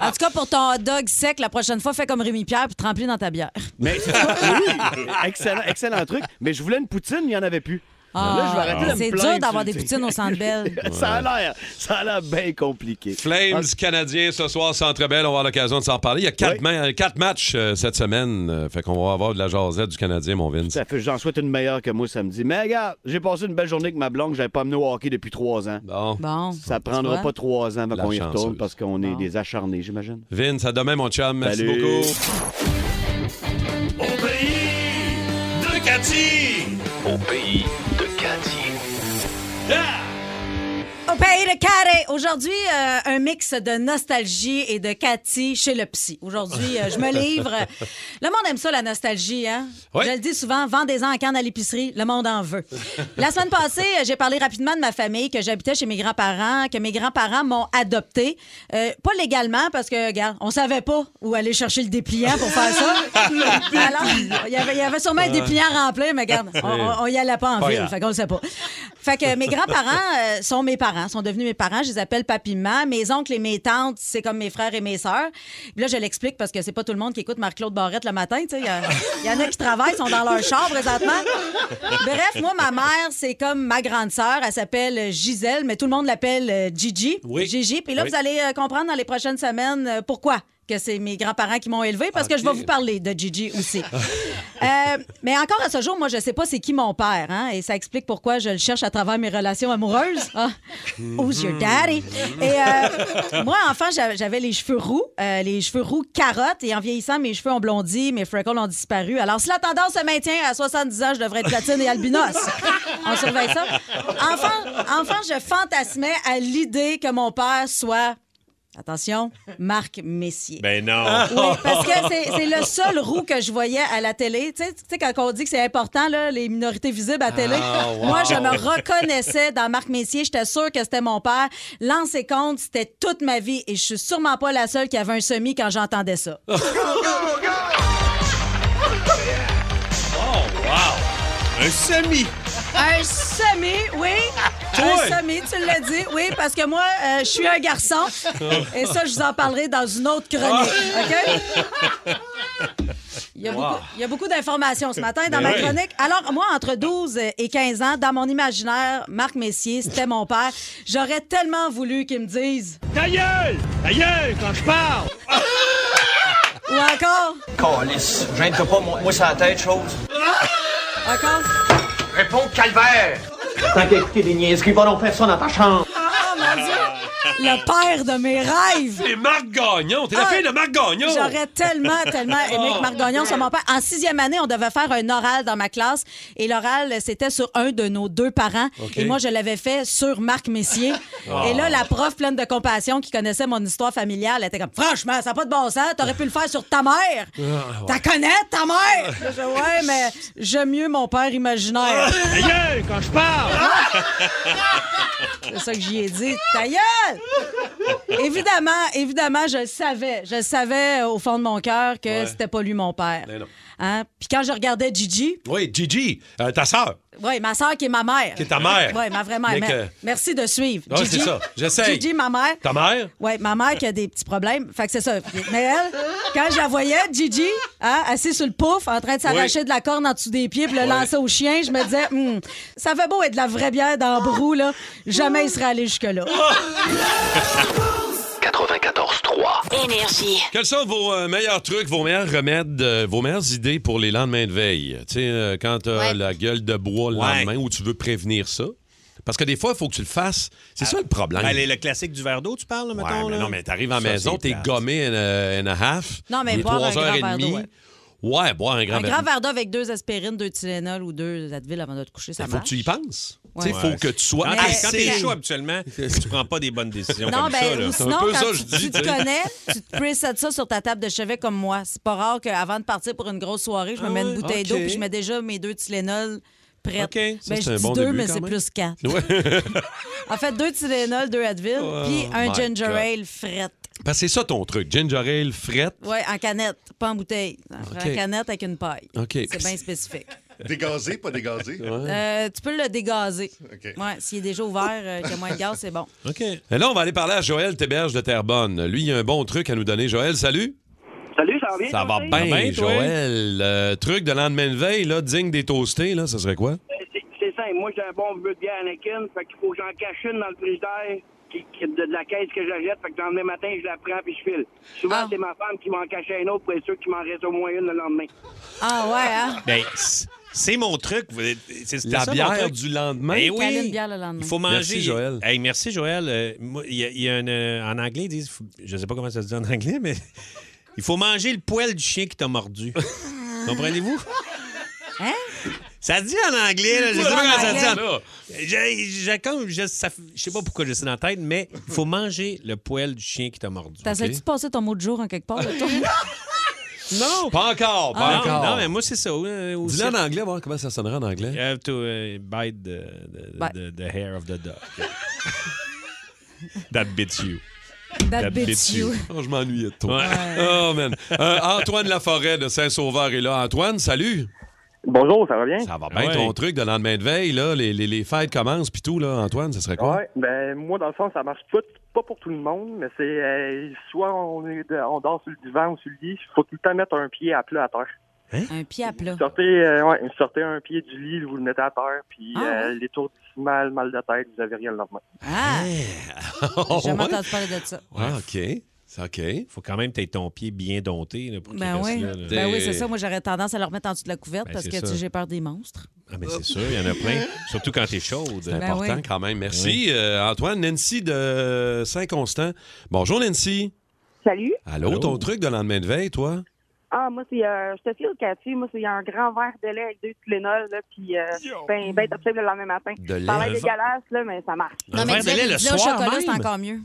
S4: En tout cas, pour ton hot dog sec, la prochaine fois, fais comme Rémi Pierre puis trempe dans ta bière.
S10: mais c'est ça, oui, excellent, excellent truc. Mais je voulais une poutine, il n'y en avait plus. là, je vais arrêter de me
S4: Ah, c'est
S10: plaindre,
S4: dur d'avoir
S10: tu
S4: des
S10: sais.
S4: poutines au centre belle.
S10: <laughs> Ça a l'air, ça a l'air bien compliqué. Ah,
S3: Flames canadiens ce soir, Centre Bell, on va avoir l'occasion de s'en reparler. Il y a quatre, ma- quatre matchs euh, cette semaine, euh, fait qu'on va avoir de la jasette du Canadien, mon Vince.
S10: Ça fait- J'en souhaite une meilleure que moi samedi. Mais regarde, j'ai passé une belle journée avec ma blonde, que j'avais pas amené au hockey depuis trois ans.
S3: Bon.
S10: Ça
S3: Tu
S10: prendra
S3: vois?
S10: pas trois ans avant
S3: La
S10: qu'on y
S3: chanceuse.
S10: retourne parce qu'on est des acharnés, j'imagine.
S3: Vince, à demain, mon chum. Merci
S10: Salut.
S3: beaucoup.
S11: Au pays de Cathy! Au pays de Cathy.
S5: Ah!
S4: Au pays de carré. Aujourd'hui, euh, un mix de nostalgie et de Cathy chez le psy. Aujourd'hui, euh, je me livre. Le monde aime ça, la nostalgie. Hein?
S11: Ouais.
S4: Je le dis souvent, vendez-en en canne à l'épicerie. Le monde en veut. La semaine passée, euh, j'ai parlé rapidement de ma famille, que j'habitais chez mes grands-parents, que mes grands-parents m'ont adopté. Euh, pas légalement, parce que, regarde, on savait pas où aller chercher le dépliant pour faire ça.
S11: <laughs>
S4: Alors, il y avait, il y avait sûrement un dépliant rempli, mais regarde, on, on- on y allait pas en
S11: Pas
S4: ville.
S11: grave.
S4: Fait qu'on le sait pas. Fait que mes grands-parents euh, sont mes parents, sont devenus mes parents. Je les appelle papiment. Mes oncles et mes tantes, c'est comme mes frères et mes sœurs. Puis là, je l'explique parce que c'est pas tout le monde qui écoute Marc-Claude Barrette le matin. tu sais. Il y a- il y en a qui travaillent, sont dans leur char présentement. <laughs> Bref, moi, ma mère, c'est comme ma grande sœur. Elle s'appelle Gisèle, mais tout le monde l'appelle euh, Gigi.
S11: Oui.
S4: Gigi. Puis là,
S11: Oui.
S4: vous allez euh, comprendre dans les prochaines semaines euh, pourquoi que c'est mes grands-parents qui m'ont élevé parce que je vais vous parler de Gigi
S11: <laughs>
S4: aussi. Euh, mais encore à ce jour, moi, je sais pas c'est qui mon père, hein, et ça explique pourquoi je le cherche à travers mes relations amoureuses. Ah,
S11: <laughs> Mhm.
S4: Who's your daddy? Et euh, moi, enfant, j'a- j'avais les cheveux roux, euh, les cheveux roux carottes, et en vieillissant, mes cheveux ont blondi, mes freckles ont disparu. Alors, si la tendance se maintient à 70 ans, je devrais être platine et albinos. On surveille ça. Enfant, enfant, je fantasmais à l'idée que mon père soit, attention, Marc Messier.
S5: Ben non.
S4: Oui, parce que c'est c'est le seul
S5: <laughs>
S4: roux que je voyais à la télé. Tu sais, tu sais, quand on dit que c'est important, là, les minorités visibles à la télé,
S11: Ah, wow.
S4: <laughs> moi, je me reconnaissais dans Marc Messier. J'étais sûre que c'était mon père. Lance et compte, c'était toute ma vie. Et je suis sûrement pas la seule qui avait un semi quand j'entendais ça.
S5: Oh, wow! Un semi!
S4: Un semi, oui.
S5: Toi.
S4: Un semi, tu l'as dit, oui, parce que moi, euh, je suis un garçon. Et ça, je vous en parlerai dans une autre chronique. OK? Il y a beaucoup, il y a beaucoup d'informations ce matin dans
S11: Mais
S4: ma
S11: oui.
S4: chronique. Alors, moi, entre 12 et 15 ans, dans mon imaginaire, Marc Messier, c'était mon père. J'aurais tellement voulu qu'il me dise
S11: Ta gueule! Ta gueule quand je parle!
S4: Ou encore?
S11: Calice, gêne-toi pas, moi, moi, c'est la tête, chose.
S4: Encore?
S11: Réponds, calvaire! T'as qu'à écouter des niaiseries, va donc faire ça dans ta chambre.
S4: Oh mon Dieu! Le père de mes rêves!
S3: C'est Marc Gagnon. T'es la
S4: Ah!
S3: fille de Marc Gagnon.
S4: J'aurais tellement,
S3: <laughs>
S4: tellement aimé que Marc Gagnon soit mon père. En sixième année, on devait faire un oral dans ma classe. Et l'oral, euh, c'était sur un de nos deux parents.
S11: OK.
S4: Et moi, je l'avais fait sur Marc Messier.
S11: Ah.
S4: Et là, la prof, pleine de compassion, qui connaissait mon histoire familiale, elle était comme Franchement, ça n'a pas de bon sens. T'aurais pu le faire sur ta mère.
S3: Ah
S4: T'as connais, ta mère? Là, je, ouais, mais j'aime mieux mon père imaginaire.
S3: Ah.
S11: Aïe, quand je parle!
S4: C'est ça que j'y ai dit. Ta gueule! Évidemment, évidemment, je le savais. Je le savais au fond de mon cœur que
S3: Ouais.
S4: c'était pas lui mon père.
S3: Ben non.
S4: Hein? Puis quand je regardais Gigi,
S3: Oui, Gigi, euh, ta sœur.
S4: oui, ma soeur qui est ma mère.
S3: Qui est ta mère.
S4: Oui, ma vraie mère.
S3: Mais
S4: Mais-
S3: que-
S4: Merci de suivre.
S3: Ouais,
S4: Gigi.
S3: c'est ça. J'essaye.
S4: Gigi, ma mère.
S3: Ta mère?
S4: Oui, ma mère qui a des petits problèmes. Fait que c'est ça. Mais elle, quand je la voyais, Gigi, hein, assise sur le pouf, en train de s'arracher
S11: Oui.
S4: de la corne en dessous des pieds puis le lancer au chien, je me disais, Hmm, ça fait beau être de la vraie bière dans le brou, là. Jamais il serait allé jusque-là.
S1: 94.3. Énergie.
S3: Quels sont vos euh, meilleurs trucs, vos meilleurs remèdes, euh, vos meilleures idées pour les lendemains de veille? Tu sais, euh, quand t'as la gueule de bois le
S5: Ouais.
S3: lendemain, où tu veux prévenir ça? Parce que des fois, il faut que tu le fasses. C'est ça le problème.
S5: Ben, le le classique du verre d'eau, tu parles, là,
S3: Ouais,
S5: mettons?
S3: mais
S5: là?
S3: non, mais t'arrives en
S5: Ça,
S3: maison,
S5: c'est
S3: t'es
S5: plate.
S3: gommé and a, and a half.
S4: Non, mais
S3: Il est
S4: boire un
S3: 3 heures
S4: grand
S3: et
S4: verre d'eau,
S3: demie. Ouais, boire un grand
S4: Un
S3: verre
S4: grand verre d'eau avec deux aspirines, deux Tylenol ou deux Advil avant de te coucher, ça
S3: Il faut que
S4: marche.
S3: tu y penses.
S4: Ouais.
S3: Tu sais, faut que tu sois
S5: Quand t'es- Quand
S3: assez...
S5: t'es chaud, habituellement, tu prends pas
S4: <laughs>
S5: des bonnes décisions
S4: Non,
S5: comme
S4: ben,
S5: ça. là.
S4: ou sinon, quand tu, tu te connais, tu
S5: <laughs>
S4: te presets ça sur ta table de chevet comme moi. C'est pas rare qu'avant de partir pour une grosse soirée, je me
S11: Ah
S4: mets une
S11: ouais,
S4: bouteille
S11: ok.
S4: d'eau puis je mets déjà mes deux Tylenol prêtes.
S11: Ok. Ça,
S4: Ben,
S11: c'est
S4: je
S11: un
S4: dis
S11: bon
S4: deux,
S11: début
S4: mais
S11: quand
S4: c'est
S11: même.
S4: plus quatre.
S3: Ouais. <laughs>
S4: En fait, deux Tylenol, deux Advil,
S3: Oh
S4: puis un
S3: my
S4: ginger
S3: God.
S4: ale frette.
S3: Parce que c'est ça ton truc. Ginger ale, frette.
S4: Ouais, en canette, pas en bouteille. En
S3: Ok.
S4: canette avec une paille.
S3: OK.
S4: C'est bien spécifique.
S6: Dégazé, pas dégazé.
S4: Euh, tu peux le dégazer.
S6: OK.
S4: Ouais, s'il est déjà ouvert, euh, qu'il y a moins de gaz, c'est bon.
S3: OK. Là, on va aller parler à Joël Théberge de Terrebonne. Lui, il a un bon truc à nous donner. Joël, salut.
S12: Salut, ça va bien?
S3: Ça
S12: toi,
S3: va
S12: Steve?
S3: bien, Joël. Euh, truc de lendemain de veille, là, digne des toastés, là, ça serait quoi?
S12: C'est- C'est simple. Moi, j'ai un bon but de bière Anakin. Fait qu'il faut que j'en cache une dans le frigidaire qui, qui- de, de la caisse que je jette. Fait que le lendemain matin, je la prends puis je file.
S3: Ah.
S12: Souvent, c'est ma femme qui m'en cachait une autre pour être sûr qu'il m'en reste au moins une le lendemain.
S4: Ah ouais, hein?
S5: Ben, c- c'est mon truc. Vous- c'est- c'était
S3: La
S5: ça, mon
S3: bière
S5: truc.
S3: du lendemain.
S5: Eh oui.
S4: Caler une bière le lendemain.
S5: Il faut manger.
S3: Merci, Joël.
S5: Hey, merci, Joël. Euh, moi, Il y a, il y a un, euh, en anglais, ils disent, faut- je sais pas comment ça se dit en anglais, mais <laughs> il faut manger le poil du chien qui t'a
S4: <laughs>
S5: mordu. Comprenez-vous?
S4: Hein?
S5: Ça se dit en anglais, là, je
S11: Ouais,
S5: sais pas comment ça
S11: ouais.
S5: se dit. en- Je- je- comme je, ça- je sais pas pourquoi j'ai ça dans la tête, mais il faut manger le poil du chien qui t'a mordu.
S4: T'essayes-tu de passer ton mot de jour en quelque part, là, toi?
S5: Non!
S3: Pas encore, pas
S5: Ah. Non,
S3: encore.
S5: non, mais moi, c'est ça. euh, au
S3: Dis-le en
S5: cirque.
S3: anglais, voir comment ça sonnerait en anglais.
S5: You have to uh, bite the, the,
S4: Bite.
S5: the, the hair of the dog. <laughs> That bits you.
S4: That bits you.
S3: Oh, je m'ennuyais de toi.
S5: Ouais.
S3: Oh, man. Euh, Antoine Laforêt de Saint-Sauveur est là. Antoine, salut.
S12: Bonjour, ça va bien?
S3: Ça va bien ton truc de lendemain de veille, là. Les, les- les fêtes commencent, puis tout, là. Antoine, ça serait quoi?
S13: Ouais, ben moi dans le fond ça marche tout, pas pour tout le monde, mais c'est euh, soit on est de- on dort sur le divan ou sur le lit, faut tout le temps mettre un pied à plat à terre.
S4: Un pied à plat.
S13: Sortez euh, ouais, sortez un pied du lit, vous le mettez à terre, puis
S4: Ah,
S13: euh,
S4: ouais.
S13: l'étourdissement, le mal de tête, vous avez rien le lendemain.
S4: Ah! J'ai jamais
S5: ouais?
S4: entendu parler de ça.
S3: Ah, OK. C'est OK.
S5: Faut quand même que t'aies ton pied bien dompté là, pour qu'il
S4: Ben
S5: reste
S4: oui.
S5: là, là.
S4: Ben oui, c'est ça. Moi, j'aurais tendance à le remettre en dessous de la couverte
S5: Ben,
S4: parce
S5: c'est
S4: que tu
S5: ça.
S4: sais, j'ai peur des monstres.
S5: Ah, mais c'est sûr, il y en a plein. Surtout quand t'es chaude.
S3: C'est important
S4: Ben oui.
S3: quand même. Merci, euh, Antoine. Nancy de Saint-Constant. Bonjour, Nancy.
S14: Salut.
S3: Allô, ton truc de lendemain de veille, toi?
S14: Ah, moi, c'est. euh, je te file, Cathy. Moi, c'est un grand verre de lait avec deux Tylenol, là, puis euh, ben, ben, top shape le lendemain matin.
S3: De lait.
S14: Ça a
S3: Un
S14: l'air
S3: verre-
S14: dégueulasse, là, mais ça marche.
S3: Un Non, mais verre de lait le
S4: Là, au
S3: soir
S4: chocolat,
S3: même?
S4: c'est encore mieux.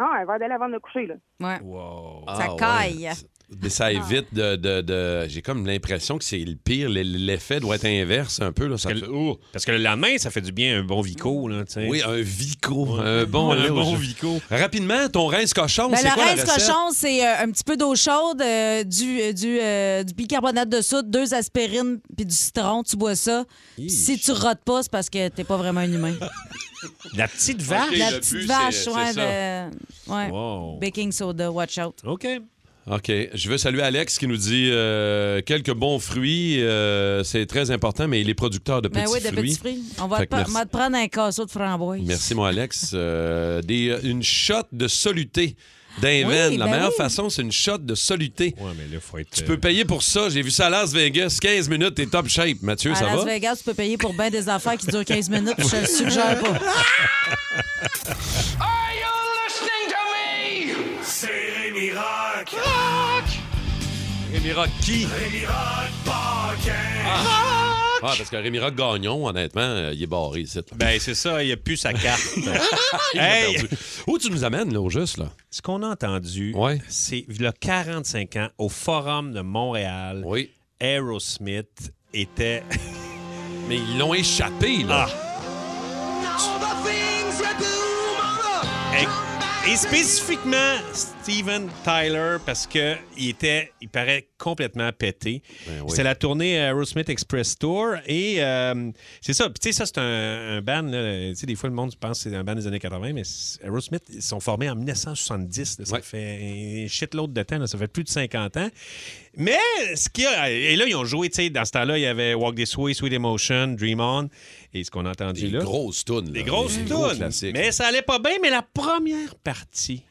S14: Ah, un verre de lait avant de me coucher, là.
S4: Ouais.
S3: Wow.
S4: Ça caille.
S3: Mais
S4: Ah.
S3: ça évite de. de- de- J'ai comme l'impression que c'est le pire. L- L'effet doit être inverse un peu. Là. Ça
S5: Parce que,
S3: fait-
S5: le- parce que le lendemain, ça fait du bien un bon Vico. Là,
S3: Oh. Oui, un Vico. Un bon,
S5: Un
S3: lait au
S5: bon
S3: jus.
S5: Vico.
S3: Rapidement, ton rince cochon,
S4: Ben,
S3: c'est
S4: le
S3: quoi
S4: rince
S3: la recette?
S4: cochon, c'est euh, un petit peu d'eau chaude, euh, du, euh, du, euh, du bicarbonate de soude, deux aspirines puis du citron. Tu bois ça. Puis si tu rotes pas, c'est parce que t'es pas vraiment un humain.
S5: La petite vache.
S4: la petite vache, ouais, ben. le- ouais.
S3: Wow.
S4: Baking soda, watch out.
S5: OK.
S3: OK. Je veux saluer Alex qui nous dit euh, quelques bons fruits. euh, c'est très important, mais il est producteur de petits
S4: Ben oui, de
S3: fruits.
S4: petits fruits. On va,
S3: Fait
S4: te, pa-
S3: que merci.
S4: on va te prendre un casseau de framboise.
S3: euh, Merci, mon Alex. Euh, des, une shot de soluté. D'inven.
S4: Oui,
S3: la
S4: ben
S3: meilleure
S4: oui.
S3: façon, c'est une shot de soluté.
S5: faut euh,
S3: Tu peux payer pour ça. J'ai vu ça à Las Vegas. 15 minutes, t'es top shape. Mathieu,
S4: à
S3: ça
S4: Las
S3: va?
S4: Vegas, tu peux payer pour bien des affaires qui durent 15 minutes, je te le suggère pas.
S11: Are you listening to me? C'est Rémi Rock. Rock!
S3: Rémi Rock qui?
S11: Rémi Rock Paquin.
S3: Ah, parce que Rémi Rock Gagnon, honnêtement, euh, il est barré ici.
S5: Ben, c'est ça, il a plus
S3: <laughs>
S5: sa carte.
S3: Il l'a
S5: Ah! Hey!
S3: perdu. Où tu nous amènes, là, au juste, là?
S5: Ce qu'on a entendu, c'est le 45 ans au Forum de Montréal. Aerosmith était. Ah!
S3: Mais ils l'ont échappé, là.
S5: Et, et spécifiquement Steven Tyler, parce que il était, il paraît complètement pété. C'est la tournée euh, Aerosmith Express Tour. Et euh, c'est ça. Puis, tu sais, ça, c'est un, un band. là, tu sais, des fois, le monde pense que c'est un band des années 80, mais c'est- Aerosmith, ils sont formés en 1970. là. ça fait un shitload de temps. là. ça fait plus de 50 ans. Mais ce qu'il y a. Et là, ils ont joué, tu sais, dans ce temps-là, il y avait Walk This Way, Sweet Emotion, Dream On. Et ce qu'on a entendu là. Des
S3: grosses tunes.
S5: Des grosses
S3: Des gros
S5: tunes.
S3: classiques.
S5: Mais ça allait pas bien, mais la première partie.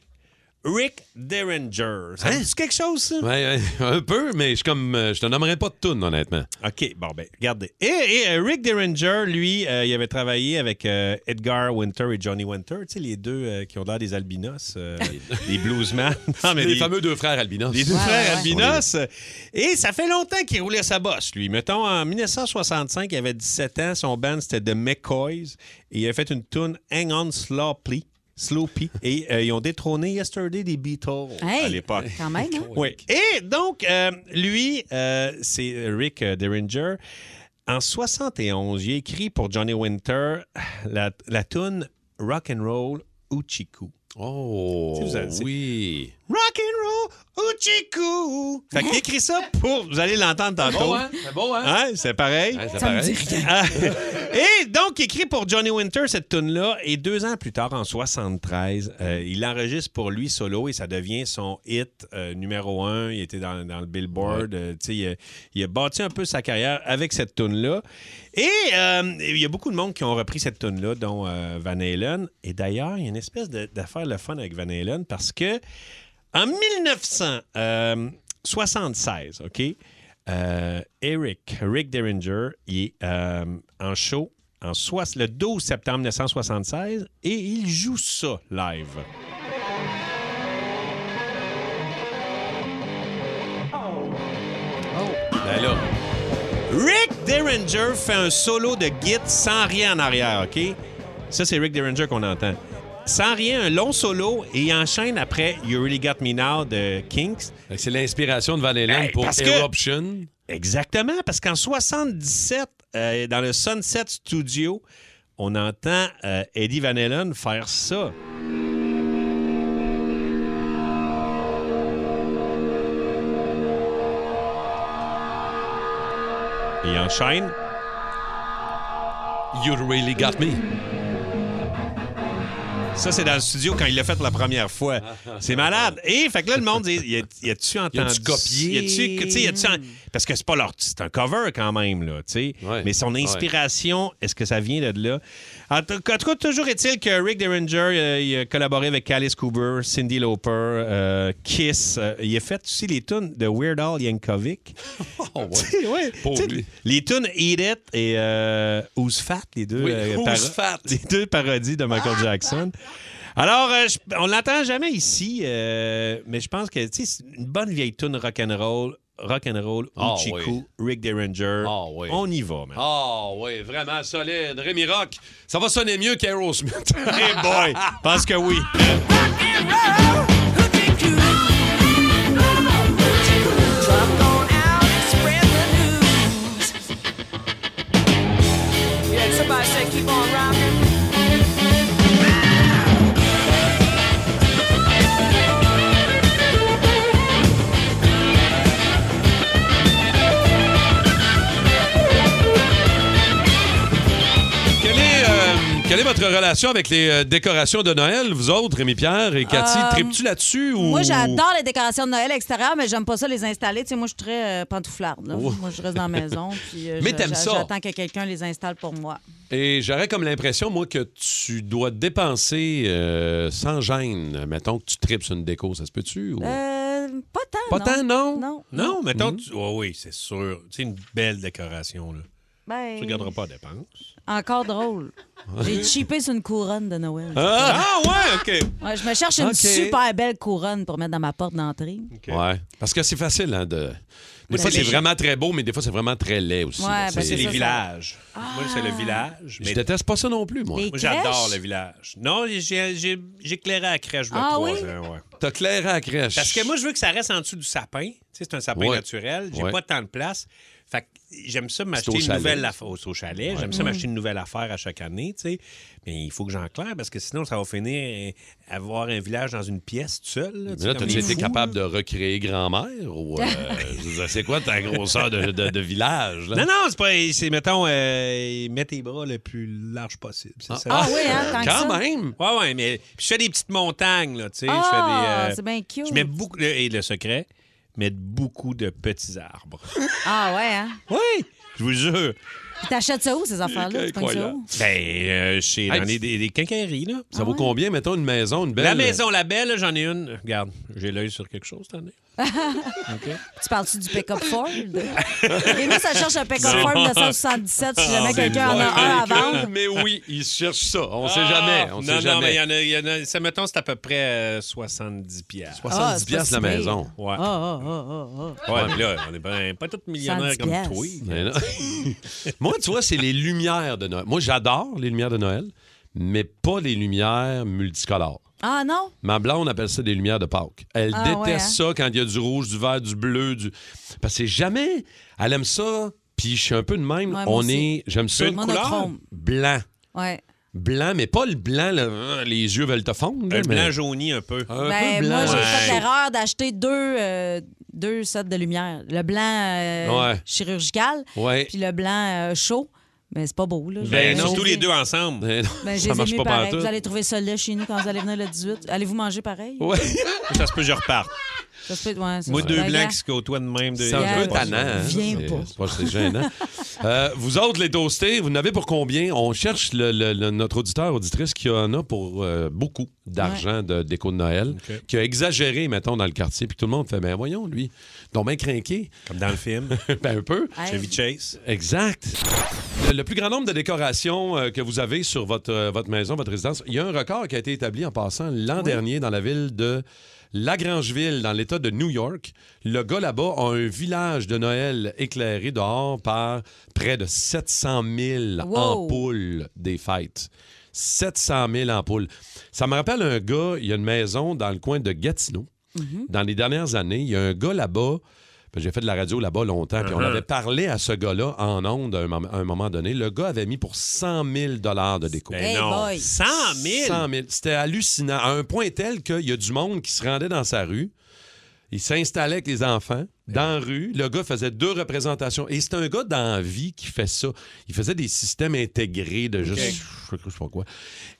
S5: Rick Derringer. Ça
S3: Hein?
S5: vous dit quelque chose, ça?
S3: Ouais, <laughs> ouais, un peu, mais je suis comme. euh, Je te nommerai pas de tune, honnêtement.
S5: OK, bon, ben, regardez. Et, et, euh, Rick Derringer, lui, euh, il avait travaillé avec euh, Edgar Winter et Johnny Winter, tu sais, les deux euh, qui ont l'air des albinos,
S3: <laughs>
S5: euh, les bluesmen. Non, mais
S3: les
S5: les-
S3: fameux deux frères albinos.
S5: Les deux frères
S3: On
S5: albinos. Et ça fait longtemps qu'il roulait sa bosse, lui. Mettons, en 1965, il avait 17 ans. Son band, c'était The McCoys. Et il a fait une tune Hang On Sloppy. Sloppy. Et euh, ils ont détrôné Yesterday des Beatles à
S4: Hey,
S5: l'époque.
S4: quand même, hein?
S5: Oui. Et donc, euh, lui, euh, c'est Rick euh, Derringer. En 71, il a écrit pour Johnny Winter la, la tune Rock and Roll Uchiku.
S3: Oh,
S5: oui. Rock and roll Uchiku. Fait qu'il écrit ça pour. Vous allez l'entendre tantôt.
S11: beau, hein? C'est beau, hein?
S5: c'est pareil.
S11: c'est Ça me pareil. dit rien.
S5: Ah. et donc, il écrit pour Johnny Winter cette tune-là. Et deux ans plus tard, en 73, euh, il enregistre pour lui solo et ça devient son hit euh, numéro un. Il était dans, dans le Billboard. Euh, tu sais, il, a, il a bâti un peu sa carrière avec cette tune-là. Et euh, il y a beaucoup de monde qui ont repris cette tune-là, dont euh, Van Halen. Et d'ailleurs, il y a une espèce de- d'affaire le fun avec Van Halen parce que en 1976, euh, OK, euh, Eric, Rick Derringer, il est euh, en show en sois- le 12 septembre 1976 et il joue ça live. Ben là, Rick Derringer fait un solo de git sans rien en arrière, OK? Ça, c'est Rick Derringer qu'on entend. Sans rien, un long solo et il enchaîne après You Really Got Me Now de Kinks.
S3: C'est l'inspiration de Van Halen pour Eruption.
S5: Exactement, parce qu'en 77, euh, dans le Sunset Studio, on entend euh, Eddie Van Halen faire ça. Il enchaîne.
S3: You really got me.
S5: Ça, c'est dans le studio quand il l'a fait pour la première <laughs> fois. C'est malade. Et fait que là, le monde dit y a- y a-tu entendu
S3: Y a-tu copié?
S5: Y a-tu- tu sais, y a-tu en- Parce que c'est pas leur. C'est un cover quand même, là, tu sais. Mais son inspiration, est-ce que ça vient de là? En tout en tout cas, toujours est-il que Rick Derringer, euh, il a collaboré avec Alice Cooper, Cindy Lauper, euh, Kiss. Euh, il a fait aussi les tunes de Weird Al Yankovic. <laughs> Tu sais, ouais. Tu sais, Les tunes Eat It et euh, Who's Fat, les deux,
S3: Oui,
S5: euh,
S3: Who's Fat?
S5: les <laughs> deux parodies de Michael Jackson. Alors, euh, je- on l'entend jamais ici, euh, mais je pense que tu sais, c'est une bonne vieille tune rock'n'roll, rock'n'roll,
S3: Ah,
S5: Uchiku, Rick Derringer. On y va, man.
S3: Ah oui, vraiment solide. Rémi Rock, ça va sonner mieux qu'Aerosmith.
S5: <laughs> Hey boy, parce que oui.
S11: Yeah, somebody said keep on rocking.
S3: Quelle est, euh, quelle est votre relation avec les euh, décorations de Noël, vous autres, Rémi-Pierre et Cathy?
S4: Euh,
S3: Tripes-tu là-dessus? Ou...
S4: Moi, j'adore les décorations de Noël extérieures, mais j'aime pas ça les installer. Tu sais, moi, je suis très euh, pantouflarde. là.
S3: Oh. <laughs>
S4: Moi, je reste dans la maison. Puis, euh,
S3: Mais
S4: je-
S3: t'aimes
S4: j'a-
S3: ça.
S4: J'attends que quelqu'un les installe pour moi.
S3: Et j'aurais comme l'impression, moi, que tu dois dépenser euh, sans gêne. Mettons que tu tripes sur une déco, ça se peut-tu? ou-
S4: Euh, pas tant.
S3: Pas tant, non?
S4: Non. Mm-hmm.
S5: Non, mettons,
S3: Mhm.
S5: tu- ouais, oui, c'est sûr. C'est une belle décoration. Là.
S4: Ben,
S5: Tu ne garderas pas la dépense.
S4: Encore drôle. J'ai cheapé sur une couronne de Noël.
S5: Ah, ah, ouais, OK.
S4: Ouais, je me cherche une
S3: Ok.
S4: super belle couronne pour mettre dans ma porte d'entrée.
S3: Ouais. Parce que c'est facile, hein, de. Des fois,
S5: c'est
S3: c'est
S5: les-
S3: vraiment très beau, mais des fois, c'est vraiment très laid aussi.
S4: Ouais,
S3: là,
S4: ben,
S3: tu sais.
S4: c'est ça, ça.
S5: Moi, c'est le village.
S3: Je déteste pas ça non plus, moi.
S5: Moi, j'adore le village. Non, j'ai- j'ai j'ai éclairé à la crèche, je
S3: Ah
S5: trois
S3: oui?
S5: ans, ouais.
S3: T'as clairé à la crèche.
S5: Parce que moi, je veux que ça reste en dessous du sapin. Tu sais, c'est un sapin
S3: Ouais.
S5: naturel. J'ai
S3: Ouais.
S5: pas tant de place. Fait que j'aime ça
S3: au
S5: m'acheter une
S3: chalet.
S5: nouvelle affaire. Au chalet.
S3: Ouais.
S5: J'aime ça
S3: Mm.
S5: m'acheter une nouvelle affaire à chaque année, tu sais. Mais il faut que j'en claire parce que sinon, ça va finir euh, avoir un village dans une pièce tout seul.
S3: Mais là, t'as-tu été capable de recréer grand-mère
S4: <laughs>
S3: ou. euh, je veux dire, c'est quoi ta grosseur de, de- de village, là?
S5: Non, non, c'est pas. C'est, mettons, euh, mets tes bras le plus large possible. C'est ça.
S4: Ah oui, hein, tant que
S5: Quand
S4: ça.
S5: même. Ouais, ouais, mais je fais des petites montagnes, là, tu sais.
S4: Ah,
S5: je fais des. euh,
S4: c'est bien cute.
S5: Je mets beaucoup. le- Et le secret, mettre beaucoup de petits arbres.
S4: Ah ouais, hein?
S5: oui, je vous jure.
S4: Puis t'achètes ça où, ces affaires-là? Tu pognes ça où?
S5: Ben, euh, chez. dans les- des, des quincailleries, là.
S3: Ça
S4: Ah
S3: vaut combien, mettons, une maison, une belle. euh,
S5: La maison, la belle, là, j'en ai une. Regarde, j'ai l'œil sur quelque chose cette année.
S4: <laughs> Tu parles-tu du pick-up Ford? Et moi, ça cherche un pick-up
S3: Non.
S4: Ford 1977 si jamais
S3: Ah,
S4: quelqu'un en a
S3: c'est
S4: un à
S3: vrai.
S5: <laughs>
S4: vendre.
S3: Mais oui, ils cherchent ça. On
S5: Ah,
S3: sait jamais. On
S5: non,
S3: sait
S5: non,
S3: jamais.
S5: mais il y en a- il y en a. Ça, mettons, c'est à peu près euh, 70 piastres.
S3: 70 piastres la maison.
S5: Ouais.
S4: Ah, ah, ah, ah, ah.
S5: Ouais, mais là, on n'est pas, pas tous millionnaires
S4: 70
S5: comme toi.
S4: piastres.
S3: Mais non.
S4: <laughs>
S3: <laughs> Moi, tu vois, c'est les lumières de Noël. Moi, j'adore les lumières de Noël, mais pas les lumières multicolores.
S4: Ah non?
S3: Ma blonde appelle ça des lumières de Pâques. Elle
S4: Ah,
S3: déteste
S4: ouais, hein?
S3: ça quand il y a du rouge, du vert, du bleu, du. Parce que c'est jamais. Elle aime ça. Puis je suis un peu de même.
S4: Ouais, moi
S3: On
S4: aussi.
S3: est. J'aime ça.
S4: Une Monochrome. couleur?
S3: Blanc.
S4: Ouais.
S3: Blanc, mais pas le blanc, le- les yeux veulent te fondre. là,
S5: Un
S3: mais-
S5: blanc jauni un peu.
S3: Un
S4: Ben,
S3: peu blanc.
S4: moi, j'ai
S3: ouais.
S4: fait l'erreur d'acheter deux, euh, deux sets de lumière. Le blanc euh,
S5: Ouais.
S4: chirurgical,
S5: Ouais.
S4: puis le blanc euh, chaud. Mais c'est pas beau, là.
S5: Ben
S4: Je-
S5: non.
S4: je
S5: Tous
S4: les ai-
S5: les deux ensemble.
S4: Ben, je les ai mis pareil. Vous allez trouver ça là chez nous quand vous allez venir le 18. Allez-vous manger pareil?
S3: Ouais.
S5: ça se peut que je reparte.
S4: Ça se peut, ouais, ça
S5: Moi,
S4: se
S5: deux
S4: peut. Ben,
S5: blancs qui se côtoient de même. de-
S3: C'est un peu
S5: pas ça.
S3: tannant. hein?
S4: Viens
S3: C'est-
S4: pas.
S3: c'est C'est gênant. Euh, vous autres, les toastés, vous en avez pour combien? On cherche le- le- le- notre auditeur, auditrice qui en a pour euh, beaucoup d'argent de déco de Noël, qui a exagéré, mettons, dans le quartier. Puis tout le monde fait, ben voyons, lui, donc bien crinqué.
S5: Comme dans le film.
S3: <laughs> ben un peu.
S5: Chevy Chase.
S3: Exact. Le, le plus grand nombre de décorations euh, que vous avez sur votre, euh, votre maison, votre résidence, il y a un record qui a été établi en passant l'an dernier dans la ville de Lagrangeville, dans l'État de New York. Le gars là-bas a un village de Noël éclairé dehors par près de 700 000
S15: Wow.
S3: ampoules des fêtes. 700 000 ampoules. Ça me rappelle un gars, il y a une maison dans le coin de Gatineau
S5: Mm-hmm.
S3: dans les dernières années, il y a un gars là-bas. ben, J'ai fait de la radio là-bas longtemps, puis on
S5: Mhm.
S3: avait parlé à ce gars-là en ondes à un, mom- à un moment donné. Le gars avait mis pour 100 000 de déco.
S5: Ben Hey non. boy. 100 000?
S3: 100 000. C'était hallucinant, à un point tel qu'il y a du monde qui se rendait dans sa rue. Il s'installait avec les enfants dans la rue. Le gars faisait deux représentations. Et c'est un gars d'envie qui fait ça. Il faisait des systèmes intégrés de juste. Je sais pas- je sais pas quoi.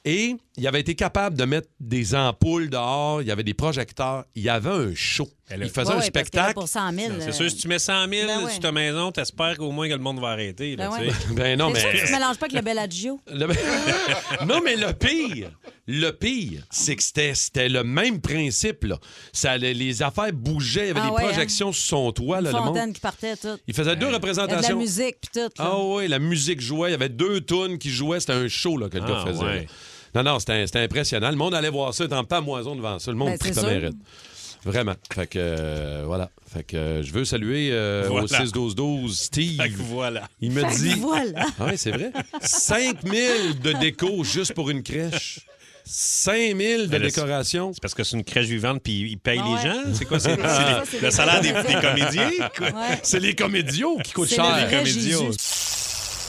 S3: Et il avait été capable de mettre des ampoules dehors. Il y avait des projecteurs. Il y avait un show. Il faisait un
S4: Ouais, parce que là,
S3: spectacle.
S4: pour euh, 100 000,
S5: C'est sûr, si tu mets 100 000
S4: Ben ouais.
S5: sur ta maison, t'espères qu'au moins que le monde va arrêter. là,
S4: Ben
S5: tu
S4: ouais.
S5: sais.
S3: <laughs> Ben non,
S4: T'es sûr
S3: mais. ben,
S4: que tu ne mélanges pas avec le Bellagio?
S3: Le- <laughs> non, mais le pire, le pire, c'est que c'était, c'était le même principe. Là. Ça, allait- les affaires bougeaient, il y avait
S4: Ah
S3: des
S4: ouais,
S3: projections sur son toit. Là, le monde.
S4: Fontaine qui partait, tout.
S3: Il faisait deux
S4: Il y a de la
S3: représentations.
S4: musique, puis tout. là.
S3: Ah oui, la musique jouait. Il y avait deux tunes qui jouaient. C'était un show là, que le
S5: Ah
S3: gars faisait.
S5: ouais.
S3: là. Non, non, c'était c'était impressionnant. Le monde allait voir ça, étant pas moison devant ça. Le monde
S5: Ben, c'est
S3: tripait
S5: sûr.
S3: mérite. Vraiment. Fait que, euh, voilà. Fait que, euh, je veux saluer euh,
S5: Voilà.
S3: au 6-12-12 Steve.
S5: Fait que voilà.
S3: Il me
S5: Fait que
S3: dit.
S5: voilà.
S3: Ah oui, c'est vrai. 5000 de déco juste pour une crèche. 5000 de
S5: Ben là,
S3: décoration.
S5: C'est parce que c'est une crèche vivante puis ils payent
S3: Ah
S5: les
S3: ouais.
S5: gens.
S3: <laughs>
S5: C'est quoi? <laughs> C'est,
S3: Ouais.
S5: c'est
S3: Ça,
S5: les-
S3: c'est Ah.
S5: le
S3: les
S5: salaire des,
S3: comédiens.
S5: des comédiens? quoi.
S3: Ouais. C'est les comédios qui coûtent
S9: C'est
S3: cher.
S9: le vrai
S3: Les comédios.
S9: Jésus.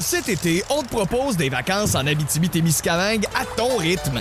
S9: Cet été, on te propose des vacances en Abitibi-Témiscamingue à ton rythme.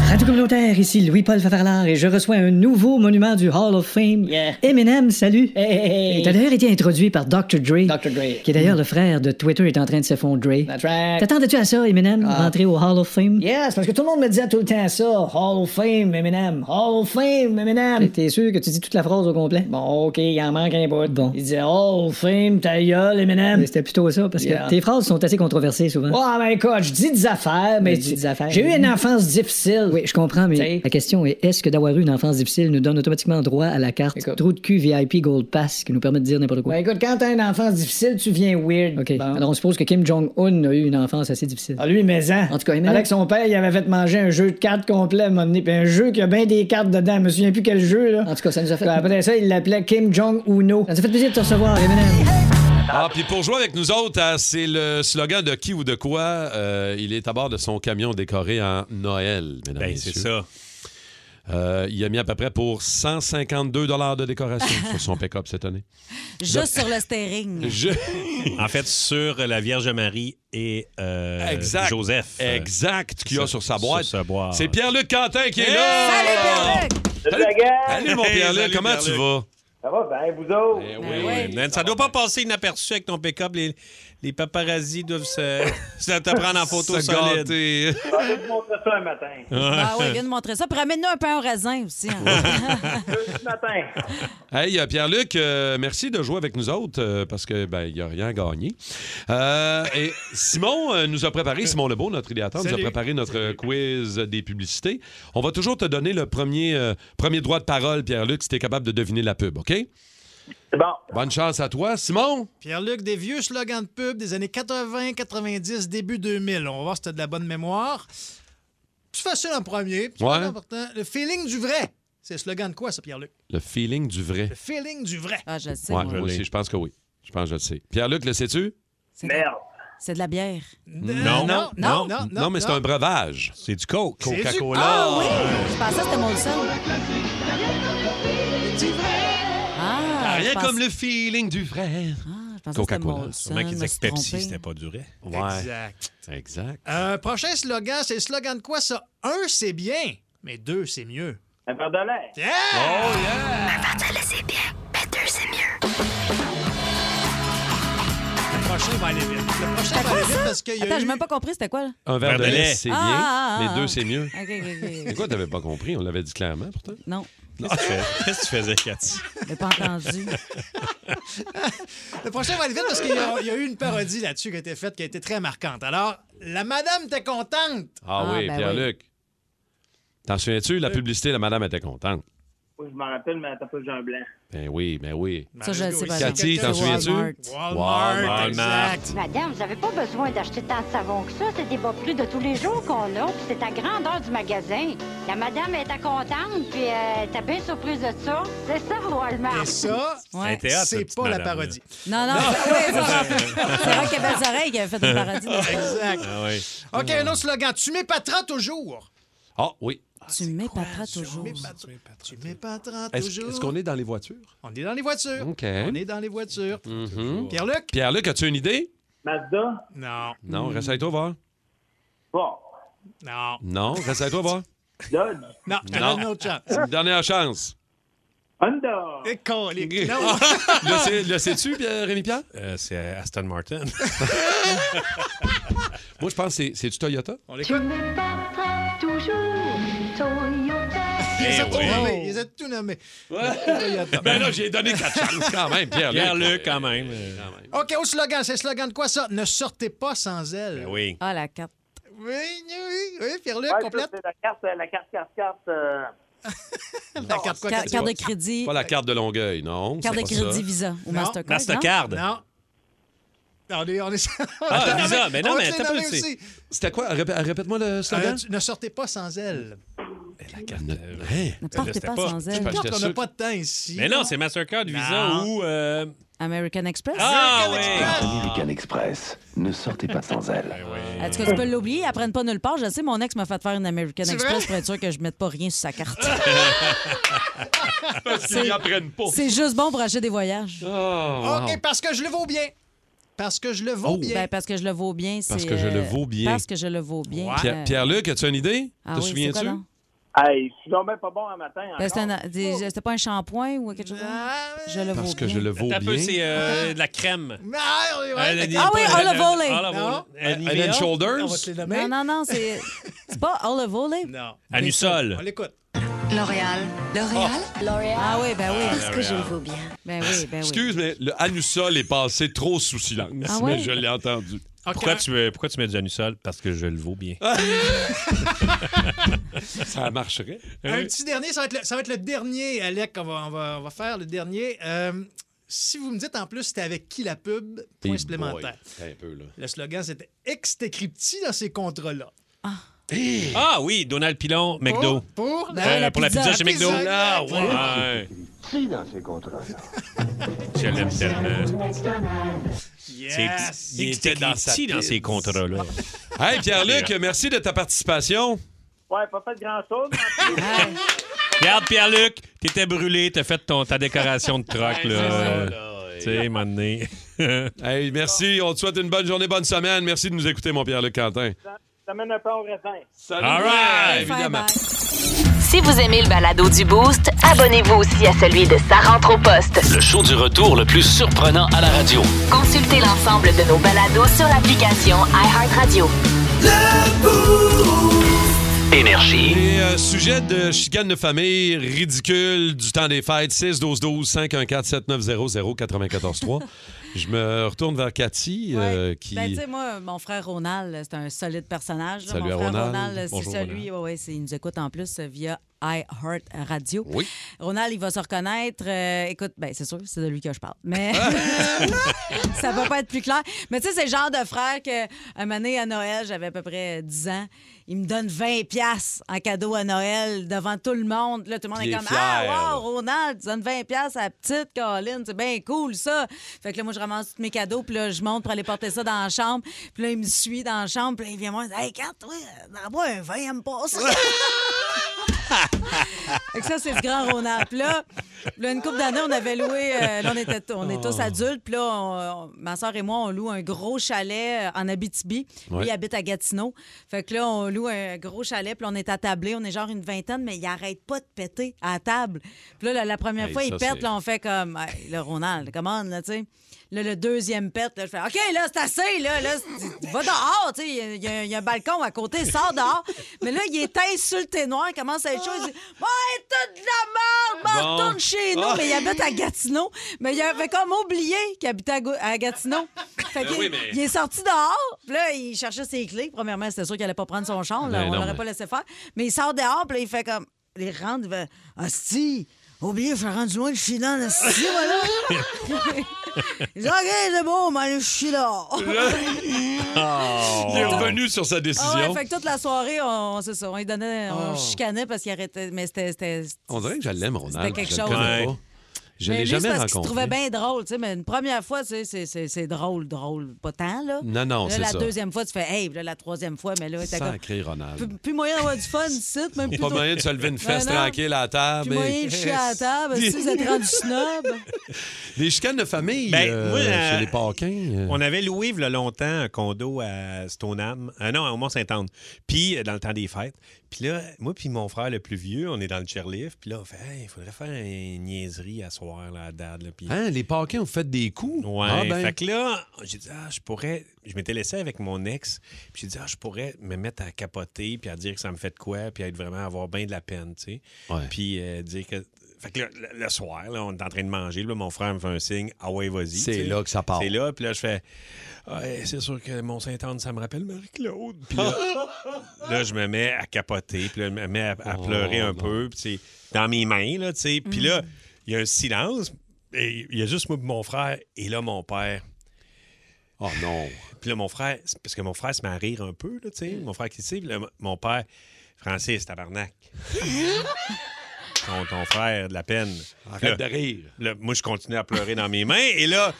S8: Radio Communautaire, ici Louis-Paul Favarlard et je reçois un nouveau monument du Hall of Fame. Eminem, salut. Il a d'ailleurs été introduit par Dr. Dre, qui est d'ailleurs le frère de Twitter est en train de se fondre Dre. T'attendais-tu à ça, Eminem, rentrer au Hall of Fame? Ah. Yes, parce que tout le monde me disait tout le temps ça. Hall of Fame, Eminem. Hall of Fame, Eminem. T'es sûr que tu dis toute la phrase au complet? Bon, OK, il en manque un bout. Bon. Il disait Hall of Fame, ta gueule, Eminem. C'était plutôt ça, parce
S16: Yeah.
S8: que tes phrases sont assez controversées souvent.
S16: Ah, ben écoute, je dis des affaires, Ah, mais,
S8: Je dis
S16: tu-
S8: des affaires.
S16: J'ai eu une enfance difficile.
S8: Oui, je comprends, mais
S16: T'sais.
S8: la question est est-ce que d'avoir eu une enfance difficile nous donne automatiquement droit à la carte trou de cul VIP Gold Pass qui nous permet de dire n'importe quoi?
S16: Ben écoute, quand t'as une enfance difficile, tu viens weird.
S8: OK. Alors, on suppose que Kim Jong-un a eu une enfance assez difficile.
S16: Ah, lui, mais En
S8: En tout cas, Eminem-
S16: Avec son père, il avait fait manger un jeu de cartes complet à un moment donné, puis un jeu qui a bien des cartes dedans. Je me souviens plus quel jeu, là. En tout cas, ça nous a fait. après ça, il l'appelait Kim Jong-uno. Ça nous a fait plaisir de te recevoir,
S3: Ah, puis pour jouer avec nous autres, hein, c'est le slogan de qui ou de quoi. Euh, il est à bord de son camion décoré en Noël, mesdames Euh,
S5: Ben, c'est ça.
S3: il a mis à peu près pour 152 de décoration sur son pick-up cette année. Donc-
S4: Juste sur le
S3: <laughs>
S4: steering.
S5: en fait, sur la Vierge Marie et euh,
S3: Exact.
S5: Joseph.
S3: Exact, qu'il y a sur sa boîte.
S5: Sur sa boîte.
S3: C'est Pierre-Luc Quentin qui est
S5: Hey!
S3: là!
S5: Salut,
S3: Salut,
S5: la gang!
S3: Salut, mon
S5: Hey,
S3: Pierre-Luc,
S5: salut,
S3: comment tu
S5: Pierre-Luc.
S3: vas?
S5: Ça va, ben, vous autres? oui, Man, ça doit pas passer inaperçu avec ton pick-up. Les, les paparazzis doivent se, <laughs> se te prendre en photo
S3: Se
S5: solide.
S3: gâter.
S12: Je vais vous montrer ça un matin.
S4: Ah oui, viens de montrer ça. Puis ramène-nous un pain au raisin aussi. hein. <laughs>
S12: Ce matin.
S3: Hey, euh, Pierre-Luc, euh, merci de jouer avec nous autres euh, parce que ben il n'y a rien gagné. Euh, et Simon euh, nous a préparé, Simon Lebeau, notre idéateur, nous a
S5: Salut.
S3: préparé notre quiz des publicités. On va toujours te donner le premier, euh, premier droit de parole, Pierre-Luc, si tu es capable de deviner la pub, OK? C'est bon. Bonne chance à toi. Simon?
S17: Pierre-Luc, des vieux slogans de pub des années 80, 90, début 2000. On va voir si t'as de la bonne mémoire. Tu facile en premier. puis c'est
S3: Ouais.
S17: pas important. Le feeling du vrai. C'est le slogan de quoi, ça, Pierre-Luc?
S3: Le feeling du vrai.
S17: Le feeling du vrai.
S4: Ah, je le sais.
S3: Ouais,
S4: moi.
S3: moi aussi, je pense que oui. Je pense que je le sais. Pierre-Luc, le sais-tu?
S4: C'est de- C'est de la bière. Euh,
S3: Non.
S4: non, non, non, non,
S3: mais c'est
S4: non.
S3: un breuvage. C'est du Coke.
S4: C'est du-
S3: Coca-Cola.
S4: Ah oui! Je pensais que c'était mon seul. Ah,
S3: rien
S4: je pense-
S3: comme le feeling du vrai.
S4: pensais que c'était
S3: Coca-Cola.
S4: Molson, Sûrement qu'ils disaient je me que suis Pepsi, trompée. c'était
S5: pas du vrai.
S3: Ouais.
S17: Exact.
S3: Exact.
S17: Euh, prochain slogan, c'est le slogan de quoi, ça? Un, c'est bien, mais deux, c'est mieux. Un verre de lait. Yeah!
S3: Oh, yeah!
S17: Un verre de lait, c'est bien, mais deux, c'est mieux. Le prochain va aller vite. Le prochain
S4: C'était
S17: va
S4: quoi
S17: aller vite
S4: ça?
S17: parce qu'il y a
S4: Attends,
S17: eu...
S4: j'ai même pas compris c'était quoi là?
S3: Un verre de lait, c'est
S4: Ah,
S3: bien,
S4: ah, ah,
S3: mais deux,
S4: ah.
S3: c'est mieux.
S4: OK, OK,
S3: Mais
S4: OK.
S3: quoi, t'avais pas compris? On l'avait dit clairement, pourtant.
S4: Non.
S5: <laughs> Qu'est-ce que tu faisais, Cathy?
S4: J'ai pas entendu.
S17: <laughs>
S3: Ah
S17: Le prochain va aller vite parce qu'il y, a- il y a eu une parodie là-dessus qui a été faite qui a été très marquante. Alors, la madame était contente.
S3: Ah,
S17: ben
S3: oui,
S4: ben
S3: Pierre-Luc. T'en souviens-tu? La publicité, la madame était contente.
S12: Oui, je m'en rappelle, mais t'as pas j'ai un blanc.
S3: Ben oui, ben oui.
S12: Ça, je le sais pas,
S3: Cathy,
S12: ça.
S3: t'en
S12: Quelqu'un-
S3: souviens-tu?
S12: Walmart.
S3: Walmart.
S18: Madame, vous n'avez pas besoin d'acheter tant de savon que ça. C'est des bas plus de tous les jours qu'on a, puis c'est à grandeur du magasin. La madame était contente, puis euh, elle était bien surprise de ça. C'est ça, Walmart.
S17: Et ça,
S18: <laughs>
S5: Elle était hot,
S17: c'est
S5: cette
S17: pas la
S5: madame-là.
S17: parodie.
S4: Non, non, oui, ça,
S17: <laughs>
S4: c'est vrai qu'il y avait des oreilles qui avait fait une parodie. de ça.
S17: Exact.
S5: Ah oui.
S17: OK, un autre slogan. Tu m'épateras toujours.
S3: Ah oui.
S4: Tu m'épateras toujours.
S17: Tu m'épateras
S3: Oh. Est-ce
S17: toujours.
S3: est-ce qu'on est dans les voitures?
S17: On est dans les voitures.
S3: OK.
S17: On est dans les voitures.
S5: Mm-hmm.
S3: Mhm.
S17: Pierre-Luc?
S3: Pierre-Luc, as-tu une idée?
S17: Mazda? Non.
S3: Non, reste avec toi, voir.
S17: Bon. Non.
S3: Non, reste avec toi, voir.
S17: Dodge? Non, je te
S3: Non.
S17: donne une autre chance.
S3: C'est une dernière chance.
S17: Honda! Et
S3: <laughs>
S17: colique. Non.
S3: Le sais- Le sais-tu, Pierre- Rémi-Pierre?
S5: Euh, c'est Aston Martin.
S3: Moi, je pense que c'est- c'est du Toyota.
S17: On l'écoute.
S18: Toujours Toyota.
S17: Ils
S3: Eh
S17: ont tout
S3: oui.
S17: nommé. Ah Ils ont tout nommé. Toyota.
S3: Ben là, j'ai donné quatre chances <laughs> quand même, Pierre-Luc. Euh,
S5: Pierre-Luc, quand même.
S17: <laughs>
S5: Euh,
S17: OK, au slogan. C'est le slogan de quoi, ça? Ne sortez pas sans
S3: Ben
S17: elle.
S5: oui.
S4: Ah, la carte.
S17: Oui, oui, oui, Pierre-Luc,
S12: Ouais, ça,
S17: complète.
S12: c'est La carte, la carte, carte, carte. euh,
S17: <laughs> La carte quoi?
S4: Carte carte de crédit.
S3: Pas la carte de Longueuil, non.
S4: Carte
S3: c'est
S4: de
S3: pas ça.
S4: crédit Visa ou
S17: Non.
S4: Mastercard. non?
S3: Mastercard.
S17: Non. On est... On est...
S3: Ah,
S17: On va
S3: Visa,
S17: te
S3: mais
S17: nommer-
S3: non, mais
S17: on va te
S3: Ah, t'as pas Hein?
S17: nommer
S3: c'est-
S17: aussi.
S3: C'était quoi? Répé- Répète-moi le slogan.
S17: Euh, tu- ne sortez pas sans elle.
S3: Eh,
S5: La carte.
S3: hein?
S4: Ne partez pas sans elle.
S17: Regarde qu'on n'a pas de temps ici.
S5: Mais non, c'est Mastercard, Visa ou. euh,
S4: Ah. American Express.
S5: Ah, ouais.
S11: American Express, ne sortez pas sans elle.
S3: Eh
S4: Ah, En tout cas, tu peux l'oublier, ils prennent pas nulle part. Je sais, mon ex m'a fait faire une American
S17: C'est
S4: Express
S17: vrai?
S4: pour être sûr que je mette pas rien sur sa carte.
S3: <laughs> Parce qu'ils apprennent pas.
S4: C'est juste bon pour acheter des voyages.
S3: Oh, wow. Oh.
S17: OK, parce que je le vaux bien. Parce que je le vaux bien.
S4: Ben, parce que je le vaux bien.
S3: Parce
S4: c'est,
S3: que je le
S4: euh,
S3: vaux bien.
S4: Parce que je le vaux bien.
S3: Pierre-
S4: euh,
S3: Pierre-Luc, as-tu une idée?
S4: Ah oui, c'est
S3: Te
S4: quoi
S3: souviens-tu?
S4: donc?
S12: Hey, c'est donc ben pas bon un matin.
S4: ben, c'est
S12: encore.
S4: un- des- C'était pas un shampoing ou quelque chose comme
S17: Ah,
S4: ça? Je le vaux
S3: Parce que
S4: bien.
S3: je le vaux
S5: Attends un peu,
S3: bien.
S5: c'est euh, de la crème.
S4: Ah oui, Olive Olay. Non? Euh,
S3: Head and Shoulders?
S4: Non, non, non, c'est c'est pas Olive Olay.
S5: Non. Anusol.
S17: On l'écoute.
S4: L'Oréal. L'Oréal? L'Oréal. Ah oui, ben oui.
S3: Oh. Ah, Parce que je le vaux
S4: bien. Ben oui, ben oui.
S3: Excuse, mais le anusol est passé trop sous silence,
S4: Ah ouais?
S3: mais je l'ai entendu.
S5: Pourquoi, tu, euh, pourquoi tu mets du anusol? Parce que je le vaux bien.
S17: Euh.
S3: Ça marcherait.
S5: Euh.
S17: Un petit dernier, ça va être le, ça va être le dernier, Alec, qu'on va, on va, on va faire, le dernier. Euh, si vous me dites en plus c'était avec qui la pub, point
S3: Hey
S17: supplémentaire.
S3: boy. Un peu, là.
S17: Le slogan, c'était « Ex t'écris-tu dans ces contrats-là?
S5: Ah oui, Donald Pilon, McDo.
S4: Oh,
S17: Pour,
S5: Euh,
S17: la,
S5: pour la pizza chez McDo. Ah ouais.
S11: C'est dans ces contrats-là.
S5: Je l'aime tellement.
S17: Yes!
S5: Il était dans, dans ces contrats-là.
S3: Hey, Pierre-Luc, merci de ta participation.
S12: Ouais, pas fait grand chose.
S4: <laughs> Ah.
S5: Regarde, Pierre-Luc, t'étais brûlé, t'as fait ton, ta décoration de troc,
S3: Ouais, c'est ça,
S5: là. Tu sais, m'en donné.
S3: <laughs> Hey, merci. On te souhaite une bonne journée, bonne semaine. Merci de nous écouter, mon Pierre-Luc Quentin.
S12: Ça mène un peu au raisin.
S3: All right, évidemment.
S1: Si vous aimez le balado du Boost, abonnez-vous aussi à celui de Sa rentre au poste.
S2: Le show du retour le plus surprenant à la radio.
S1: Consultez l'ensemble de nos balados sur l'application iHeartRadio.
S2: Énergie.
S3: Et euh, sujet de chicane de famille ridicule du temps des fêtes 6 12 12 514 7900 94 3. Je me retourne vers Cathy euh, qui
S4: Ben, tu
S3: <laughs>
S4: sais, moi, mon frère Ronald, c'est un solide personnage. là.
S3: Salut
S4: mon
S3: à
S4: frère
S3: Ronald.
S4: c'est
S3: Bonjour,
S4: celui, ouais, ouais, c'est- il nous écoute en plus euh, via iHeart Radio.
S3: Oui.
S4: Ronald, il va se reconnaître. Euh, écoute, ben, c'est sûr, c'est de lui que je parle.
S3: <laughs>
S4: Mais <laughs> ça va pas être plus clair. Mais tu sais, c'est le genre de frère que, un moment donné, à Noël, j'avais à peu près 10 ans, il me donne 20 pièces en cadeau à Noël devant tout le monde. Là, tout le monde
S3: Il
S4: est
S3: est
S4: comme
S3: fier,
S4: Ah,
S3: là.
S4: wow, Ronald, tu donnes 20 pièces à la petite Colin, c'est bien cool ça. Fait que là moi je ramasse tous mes cadeaux puis là je monte pour aller porter ça dans la chambre. Puis là il me suit dans la chambre, puis là, il vient moi, "Hey, quand toi, dans bois un vin, elle me passe." Fait que ça, c'est le grand Ronald. Puis là, puis là, une couple d'années, on avait loué, euh, là, on, était, on est tous
S15: Oh.
S4: adultes, puis là, on- on- ma soeur et moi, on loue un gros chalet euh, en Abitibi.
S15: Ouais.
S4: Lui, il habite à Gatineau. Fait que là, on loue un gros chalet, puis là, on est attablés, on est genre une vingtaine, mais il arrête pas de péter à la table. Puis là, la, la première
S15: Hey,
S4: fois, il
S15: ça,
S4: pète,
S15: c'est-
S4: là, on fait comme, Hey, le Ronald, comment, là, tu sais. Là, le deuxième pète, là, je fais OK, là, c'est assez, là, là, c'est- va dehors, tu sais, il y a- il y, a un- il y a un balcon à côté, sors dehors. Mais là, il est insulté noir, il commence à être chaud, il dit Ouais, t'as de la merde,
S15: Bon.
S4: m'en retourne chez nous.
S15: Ah.
S4: Mais il habite à Gatineau. Mais il avait comme oublié qu'il habitait à, Go-
S15: <laughs>
S4: à Gatineau. Fait
S15: Ben
S4: qu'il-
S15: oui, mais-
S4: il est sorti dehors, puis là, il cherchait ses clés. Premièrement, c'était sûr qu'il allait pas prendre son champ, là,
S15: Ben
S4: on
S15: non,
S4: l'aurait
S15: mais-
S4: pas laissé faire. Mais il sort dehors, puis là, il fait comme Il rentre, il fait Hostie, oublié, je suis rendu loin de chez nous, là, hostie,
S15: <laughs>
S4: voilà. <laughs> Il dit, OK, c'est bon, mais je suis là.
S3: Il est revenu sur
S4: Ah
S3: sa
S4: Oh. ouais,
S3: décision. Ah.
S4: fait que toute la soirée, on, c'est ça, on lui donnait, on chicanait parce qu'il arrêtait. Mais c'était. c'était-
S3: On dirait que je l'aime, Ronald.
S4: C'était quelque
S3: je le
S4: chose.
S3: connais
S4: Ouais.
S3: pas. Je
S4: mais
S3: l'ai
S4: lui,
S3: jamais
S4: c'est parce qu'il se
S3: rencontré.
S4: trouvait bien drôle, tu sais. Mais une première fois, tu sais, c'est- c'est c'est drôle, drôle. Pas tant, là.
S3: Non, non,
S4: Là,
S3: c'est
S4: la
S3: ça.
S4: deuxième fois, tu fais, hey, Puis là, la troisième fois, mais là, t'as comme.
S3: Sacré
S4: Plus,
S3: Ronald.
S4: plus moyen d'avoir du fun, ici, même plus.
S3: Pas moyen de se lever une fesse
S4: Ben non.
S3: tranquille à la table.
S4: Plus
S3: et-
S4: moyen de chier à la table, si vous êtes rendu snob.
S3: Des chicanes de famille
S5: Ben,
S3: euh,
S5: moi, euh,
S3: chez les Paquins. euh.
S5: On avait loué il y a longtemps un condo à Stoneham, euh, non, à Mont-Saint-Anne, puis euh, dans le temps des fêtes. Puis là, moi puis mon frère le plus vieux, on est dans le chairlift, puis là, on fait « Hey, il faudrait faire une niaiserie à soir, là, à dad. » Puis
S3: Hein, les Paquins ont fait des coups.
S5: Ouais,
S3: Ah ben.
S5: fait que là, j'ai dit, ah, je pourrais. Je m'étais laissé avec mon ex, puis j'ai dit, ah, je pourrais me mettre à capoter, puis à dire que ça me fait de quoi, puis à être vraiment avoir bien de la peine, tu sais. Puis euh, dire que. Fait que là, le, le soir, là, on est en train de manger, là, mon frère me fait un signe, ah ouais, vas-y.
S3: C'est
S5: tu sais.
S3: là que ça part.
S5: C'est là, puis là, je fais, Ah, eh, c'est sûr que Mont-Saint-Anne, ça me rappelle Marie-Claude. <laughs> Ah! Puis là, là, je me mets à capoter, puis là, je me mets à, à
S3: Oh,
S5: pleurer un
S3: non.
S5: peu, puis c'est dans mes mains, là, tu sais. Puis
S3: Mm.
S5: là, il y a un silence, et il y a juste moi et mon frère, et là, mon père.
S3: Oh non!
S5: Puis là, mon frère, c'est- parce que mon frère se met à rire un peu, là, tu sais, mon frère qui sait, puis là, m- mon père, Francis, tabarnak.
S4: ah.
S5: Ton, ton frère de la peine.
S3: Arrête
S5: Là,
S3: de rire.
S5: là, moi, je continue à pleurer dans mes mains, et là,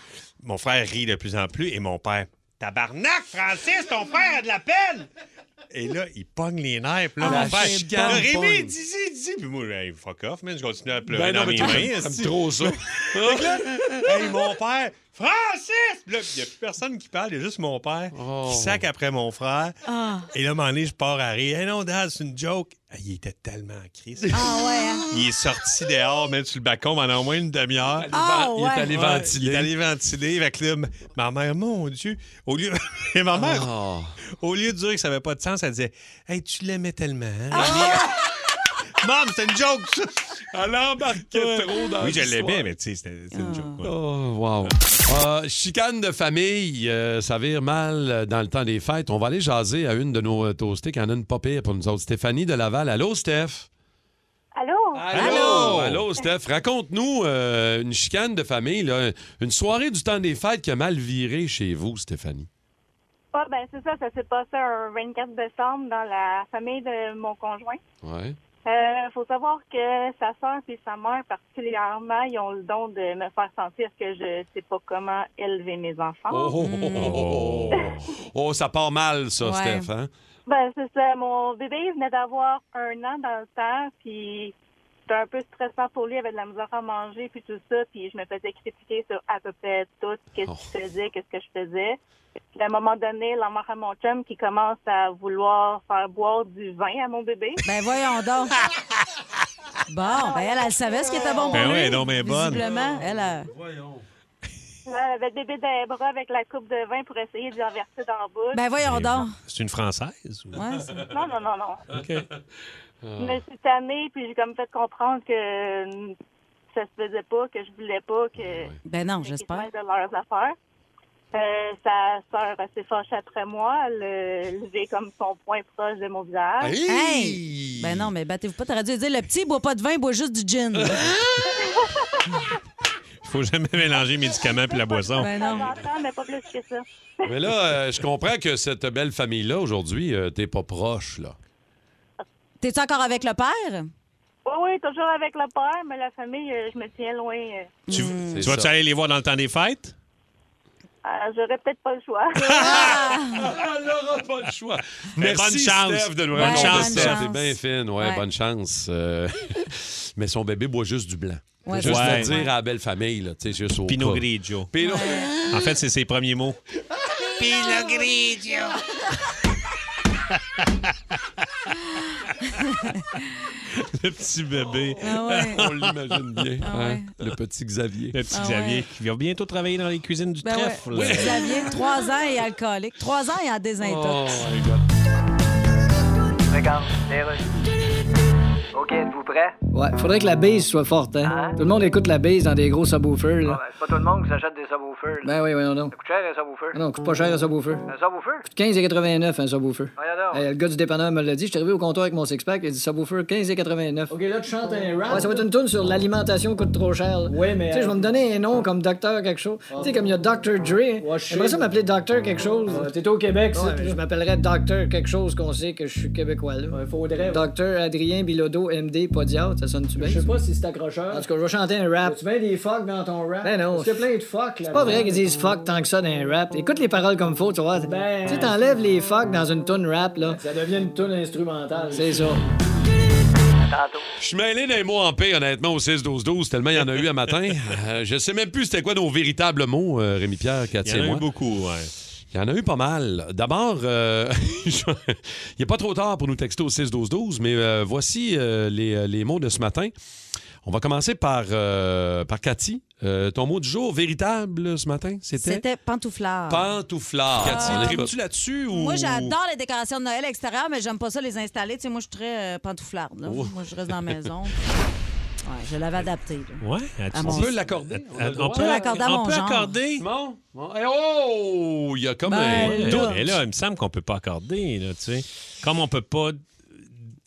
S5: mon frère rit de plus en plus, et mon père, tabarnak!
S19: Tabarnak, Francis, ton père a de la peine!
S5: Et là, il pogne les nerfs. Puis là,
S3: Ah,
S5: mon
S3: la
S5: père,
S3: chicane
S5: là, Rémi,
S3: pogne.
S5: dis dis dis Puis moi, hey, fuck off, man. Je continue à pleurer
S3: Ben non,
S5: dans
S3: mais
S5: mes
S3: toi,
S5: mains.
S3: t'aimes
S5: esti.
S3: trop ça.
S5: <laughs> Fait que là, hey, mon père, Francis! Puis Là, il n'y a plus personne qui parle, il y a juste mon père
S3: Oh.
S5: qui sac après mon frère.
S4: Ah.
S5: Et là, à un moment donné, je pars à rire. Hey non, Dad, c'est une joke. Ah, Il était tellement en crise.
S4: Ah ouais, hein?
S5: Il est sorti dehors, même sur le balcon, pendant au moins une demi-heure.
S4: Ah, Il est ouais. allé
S5: ventiler. Il est allé ventiler. Fait que là, m- ma mère, mon Dieu, au lieu. <laughs> Et ma mère,
S3: Ah.
S5: au lieu de dire que ça n'avait pas de sens, elle disait Hey, tu l'aimais tellement. Hein? Rémi? Maman, c'est une joke, ça. Elle embarquait
S3: trop dans
S5: Oui, je
S3: l'histoire.
S5: l'aimais, mais tu sais, c'était c'était une joke. ouais.
S3: Oh, wow. Euh, chicane de famille, euh, ça vire mal euh, dans le temps des fêtes. On va aller jaser à une de nos euh, toastés qui en a une pas pire pour nous autres. Stéphanie de Laval. Allô, Steph?
S15: Allô?
S3: Allô? Allô, Steph. Raconte-nous euh, une chicane de famille, là, une soirée du temps des fêtes qui a mal viré chez vous, Stéphanie.
S15: <laughs> Ah, ben, c'est ça, ça s'est passé un 24 décembre dans la famille de mon conjoint.
S3: Ouais.
S15: Euh, faut savoir que sa soeur et sa mère particulièrement, ils ont le don de me faire sentir que je sais pas comment élever mes enfants.
S3: Oh, oh, oh, oh, oh, <laughs> oh. Oh, ça part mal, ça,
S15: Ouais.
S3: Steph. hein?
S15: Ben, c'est ça. Mon bébé, il venait d'avoir un an dans le temps, puis c'était un peu stressant pour lui, il avait de la misère à manger, puis tout ça, puis je me faisais critiquer sur à peu près tout, qu'est-ce qu'il faisait, qu'est-ce que je faisais. Puis à un moment donné, la mère à mon chum qui commence à vouloir faire boire du vin à mon bébé.
S4: Ben voyons
S15: <laughs>
S4: donc. Bon, ben elle, elle savait ce qui était bon
S5: Ben
S4: pour
S5: oui,
S4: lui.
S5: elle est donc bien bonne.
S4: Visiblement, elle
S15: Là,
S4: a...
S15: elle avait le bébé dans les bras avec la coupe de vin pour essayer de lui en verser dans la bouche.
S4: Ben voyons
S5: Mais
S4: donc.
S5: C'est une Française? ou-
S4: Ouais,
S15: Non, non, non, non.
S5: OK.
S3: Ah. Euh.
S15: Je me suis tannée, puis j'ai comme fait comprendre que euh, ça se faisait pas, que je voulais pas, que...
S4: Ben non,
S15: qu'ils se
S4: j'espère.
S15: mêlent de leurs affaires. Euh, sa sœur euh, s'est fâchée après moi. Elle euh, levait comme son poing proche de mon visage.
S4: Hey! Ben non, mais battez-vous pas. T'aurais dû dire le petit, il boit pas de vin, il boit juste du gin.
S5: Il faut jamais mélanger médicaments puis la boisson.
S15: Ben non. mais pas plus que ça.
S3: Mais là, euh, je comprends que cette belle famille-là, aujourd'hui, euh, t'es pas proche, là.
S4: T'es-tu encore avec le père?
S15: Oui, oui, toujours avec le père, mais la famille, euh, je me tiens loin. euh.
S5: Tu, tu vas-tu
S3: ça.
S5: aller les voir dans le temps des fêtes?
S15: Euh, J'aurais peut-être pas le
S3: <laughs>
S15: choix.
S3: Elle n'aura pas le choix.
S5: Mais
S3: Merci,
S5: Eh, bonne chance.
S3: Steph, de nous
S5: Bonne
S3: raconter
S5: chance,
S3: ça.
S5: Steph.
S3: C'est bien fine, ouais,
S5: Ouais.
S3: bonne chance. Euh, <laughs> mais son bébé boit juste du blanc.
S5: Ouais,
S3: juste
S5: c'est
S3: le
S5: ça.
S3: dire à la belle famille, là, tu sais, juste au
S5: Pinot
S3: cas.
S5: Grigio.
S3: Pinot-
S5: En fait, c'est ses premiers mots.
S11: Pinot
S3: <laughs>
S11: Grigio.
S5: Le petit bébé.
S11: Ah ouais.
S3: <laughs> On l'imagine bien.
S11: Ah ouais.
S3: hein, Le petit Xavier.
S5: Le petit
S4: Ah ouais.
S5: Xavier qui va bientôt travailler dans les cuisines du
S4: Ben ouais.
S5: trèfle.
S4: Oui, Xavier, 3 ans et alcoolique. 3 ans et en désintox.
S5: Oh my
S19: Regarde, les rues. OK, êtes-vous prêts?
S16: Ouais, faudrait que la base soit forte, hein. Tout le monde écoute la base dans des gros subwoofers, là.
S19: Ah, ben, C'est pas tout le monde qui s'achète des subwoofers. là.
S16: Ben oui, voyons donc.
S19: Ça coûte cher, un subwoofer.
S16: Ah non, coûte pas cher un subwoofer.
S19: Un subwoofer?
S16: Coûte 15,89 un subwoofer.
S19: Voyons donc.
S16: Hey, le gars du dépanneur me l'a dit, je suis arrivé au comptoir avec mon six-pack, il dit subwoofer 15,89. Ok, là, tu chantes un rap. euh, Ouais, ça va être une toune sur l'alimentation coûte trop cher. là.
S19: Ouais, mais-
S16: Tu sais, je vais me donner un nom comme docteur quelque chose. Tu sais, comme il y a Dr. Dre. J'aimerais ça m'appeler docteur quelque chose. T'es au Québec, ça. je m'appellerais docteur quelque chose qu'on sait que je suis québécois, là. faudrait. Docteur Adrien Bilodeau, MD, Podiatre, ça sonne-tu bien? Je sais pas si c'est accrocheur. En tout cas, je vais chanter un rap. Tu mets des fuck dans ton rap? Ben non.
S19: Parce qu'il y a
S16: plein de fuck, là. C'est pas vrai qu'ils disent fuck tant que ça dans un rap. Écoute les paroles comme faut, tu vois. Tu sais, t'enlèves les fuck dans une tune rap, là. Ben, Ça devient une tune instrumentale. C'est ça.
S3: Je suis mêlé des mots en paix, honnêtement, au 6-12-12, tellement il y en a eu à
S5: <laughs>
S3: matin. Euh, je sais même plus c'était quoi nos véritables mots, euh, Rémi-Pierre, Cathy
S5: Il y en a
S3: et
S5: eu
S3: moi.
S5: beaucoup, ouais.
S3: Il y en a eu pas mal. D'abord, euh, <laughs> je- il n'est pas trop tard pour nous texter au 6-12-12, mais euh, voici euh, les, les mots de ce matin. On va commencer par, euh, par Cathy. Euh, ton mot du jour véritable ce matin, c'était
S4: C'était pantouflard.
S3: pantouflard. Ah,
S4: Cathy,
S3: On
S4: trimes-tu
S3: écoute. là-dessus ou-
S4: Moi, j'adore les décorations de Noël extérieures, mais j'aime pas ça les installer. Tu sais, moi, je suis très euh, pantouflarde. là.
S3: Oh.
S4: Moi, je reste dans la maison. Ouais, je l'avais adapté. là.
S5: Ouais, as-tu
S4: À
S5: dit-
S4: mon-
S3: On peut l'accorder.
S5: On
S3: le droit.
S4: peut l'accorder à
S5: on
S4: mon
S5: peut
S4: genre.
S5: accorder.
S3: Bon. Bon. Eh oh! Il y a
S4: Ben
S3: comme un
S5: Ouais,
S3: doute.
S5: Mais là, il me semble qu'on peut pas accorder, là, tu sais. Comme on peut pas.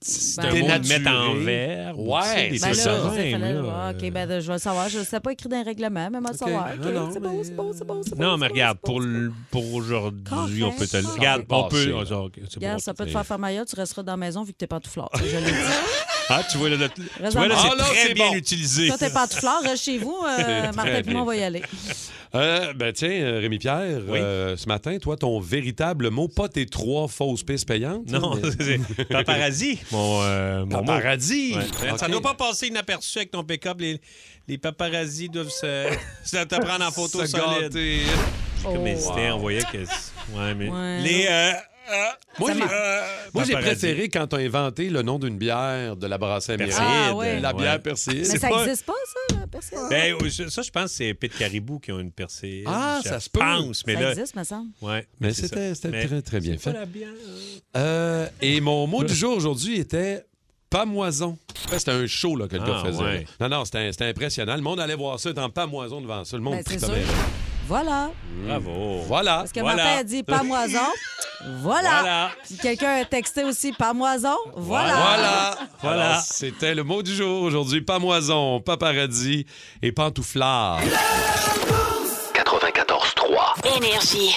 S5: C'est un mot de
S3: Dénaturer.
S5: mettre en verre. ou, tu sais,
S3: Ouais,
S5: des
S4: Ben là,
S5: trucs
S4: c'est-
S5: de même,
S4: fallait-
S5: là.
S4: Ah, OK, ben, je vais le savoir. Je ne sais pas écrit dans les règlements, mais moi, le savoir. OK, c'est bon, c'est bon, c'est bon, c'est bon.
S5: Non, mais regarde, pour, l- pour aujourd'hui, on peut te le. Regarde, on peut.
S3: passer,
S5: ah, ok, c'est bon,
S4: Regarde, ça peut te
S5: c'est- <laughs>
S4: faire faire maillot, tu resteras dans la maison vu que t'es pantouflard. Je l'ai dit.
S5: Ah, tu vois, là, le-
S4: Reste
S5: tu vois, là,
S4: dans-
S5: c'est
S4: Ah, non,
S5: très
S4: c'est
S5: bien
S4: bon.
S5: utilisé.
S4: Toi, t'es pantouflard, reste chez vous.
S5: C'est
S4: Euh, Martin
S5: très
S4: et moi, on
S5: bien.
S4: va y aller.
S3: <laughs> Euh, ben tiens, Rémi Pierre, euh, ce matin, toi, ton véritable mot, pas tes trois fausses pistes payantes. euh,
S5: Non, <laughs> c'est
S3: <laughs>
S5: paparazzi, mon, mon mot.
S3: paparazzi.
S5: Ouais. Ben, Ça doit pas passer inaperçu avec ton pick-up. Les, les paparazzis doivent se, <laughs> se te prendre en photo
S3: Se
S5: solide.
S3: gâter.
S5: J'ai Comme
S3: Oh.
S5: hésité, on voyait que... Ouais, mais... Les... euh, euh,
S3: Moi,
S5: ça
S3: j'ai-
S5: marche.
S3: Moi, j'ai
S5: Paparazzi.
S3: préféré quand on a inventé le nom d'une bière de la brasserie
S5: Persillade.
S3: américaine.
S5: Ah, ouais.
S3: La bière
S5: Ouais.
S3: persillade.
S4: Mais
S5: C'est
S4: ça
S5: pas-
S4: n'existe pas, ça, la personne?
S5: Ben, euh, ça, ça, je pense que c'est Pete Caribou qui ont une percée.
S4: Ah,
S5: Je
S4: ça se peut.
S5: pense, mais
S4: Ça
S5: là...
S4: existe, me semble.
S5: Ouais,
S3: Mais
S5: c'est
S3: c'était
S5: ça.
S3: c'était
S5: Mais
S3: très, très bien
S5: c'est pas
S3: fait.
S5: la bière,
S3: Euh, et mon mot du jour aujourd'hui était pamoison. Ça, C'était un show là, que le
S5: Ah,
S3: gars faisait.
S5: ouais.
S3: là. Non, non, c'était c'était impressionnant. Le monde allait voir ça en pamoison devant ça. Le monde
S4: Ben, c'est
S3: se
S4: sûr.
S3: tombait.
S4: Voilà.
S5: Mmh.
S3: Bravo. Voilà.
S4: Parce que Martin a dit pamoison. voilà.
S3: Voilà.
S4: Puis quelqu'un a texté aussi pamoison. Voilà.
S3: Voilà.
S5: Voilà.
S3: Alors, C'était le mot du jour aujourd'hui. Pamoison, paparazzi et pantouflard.
S2: 94.3.
S1: Énergie.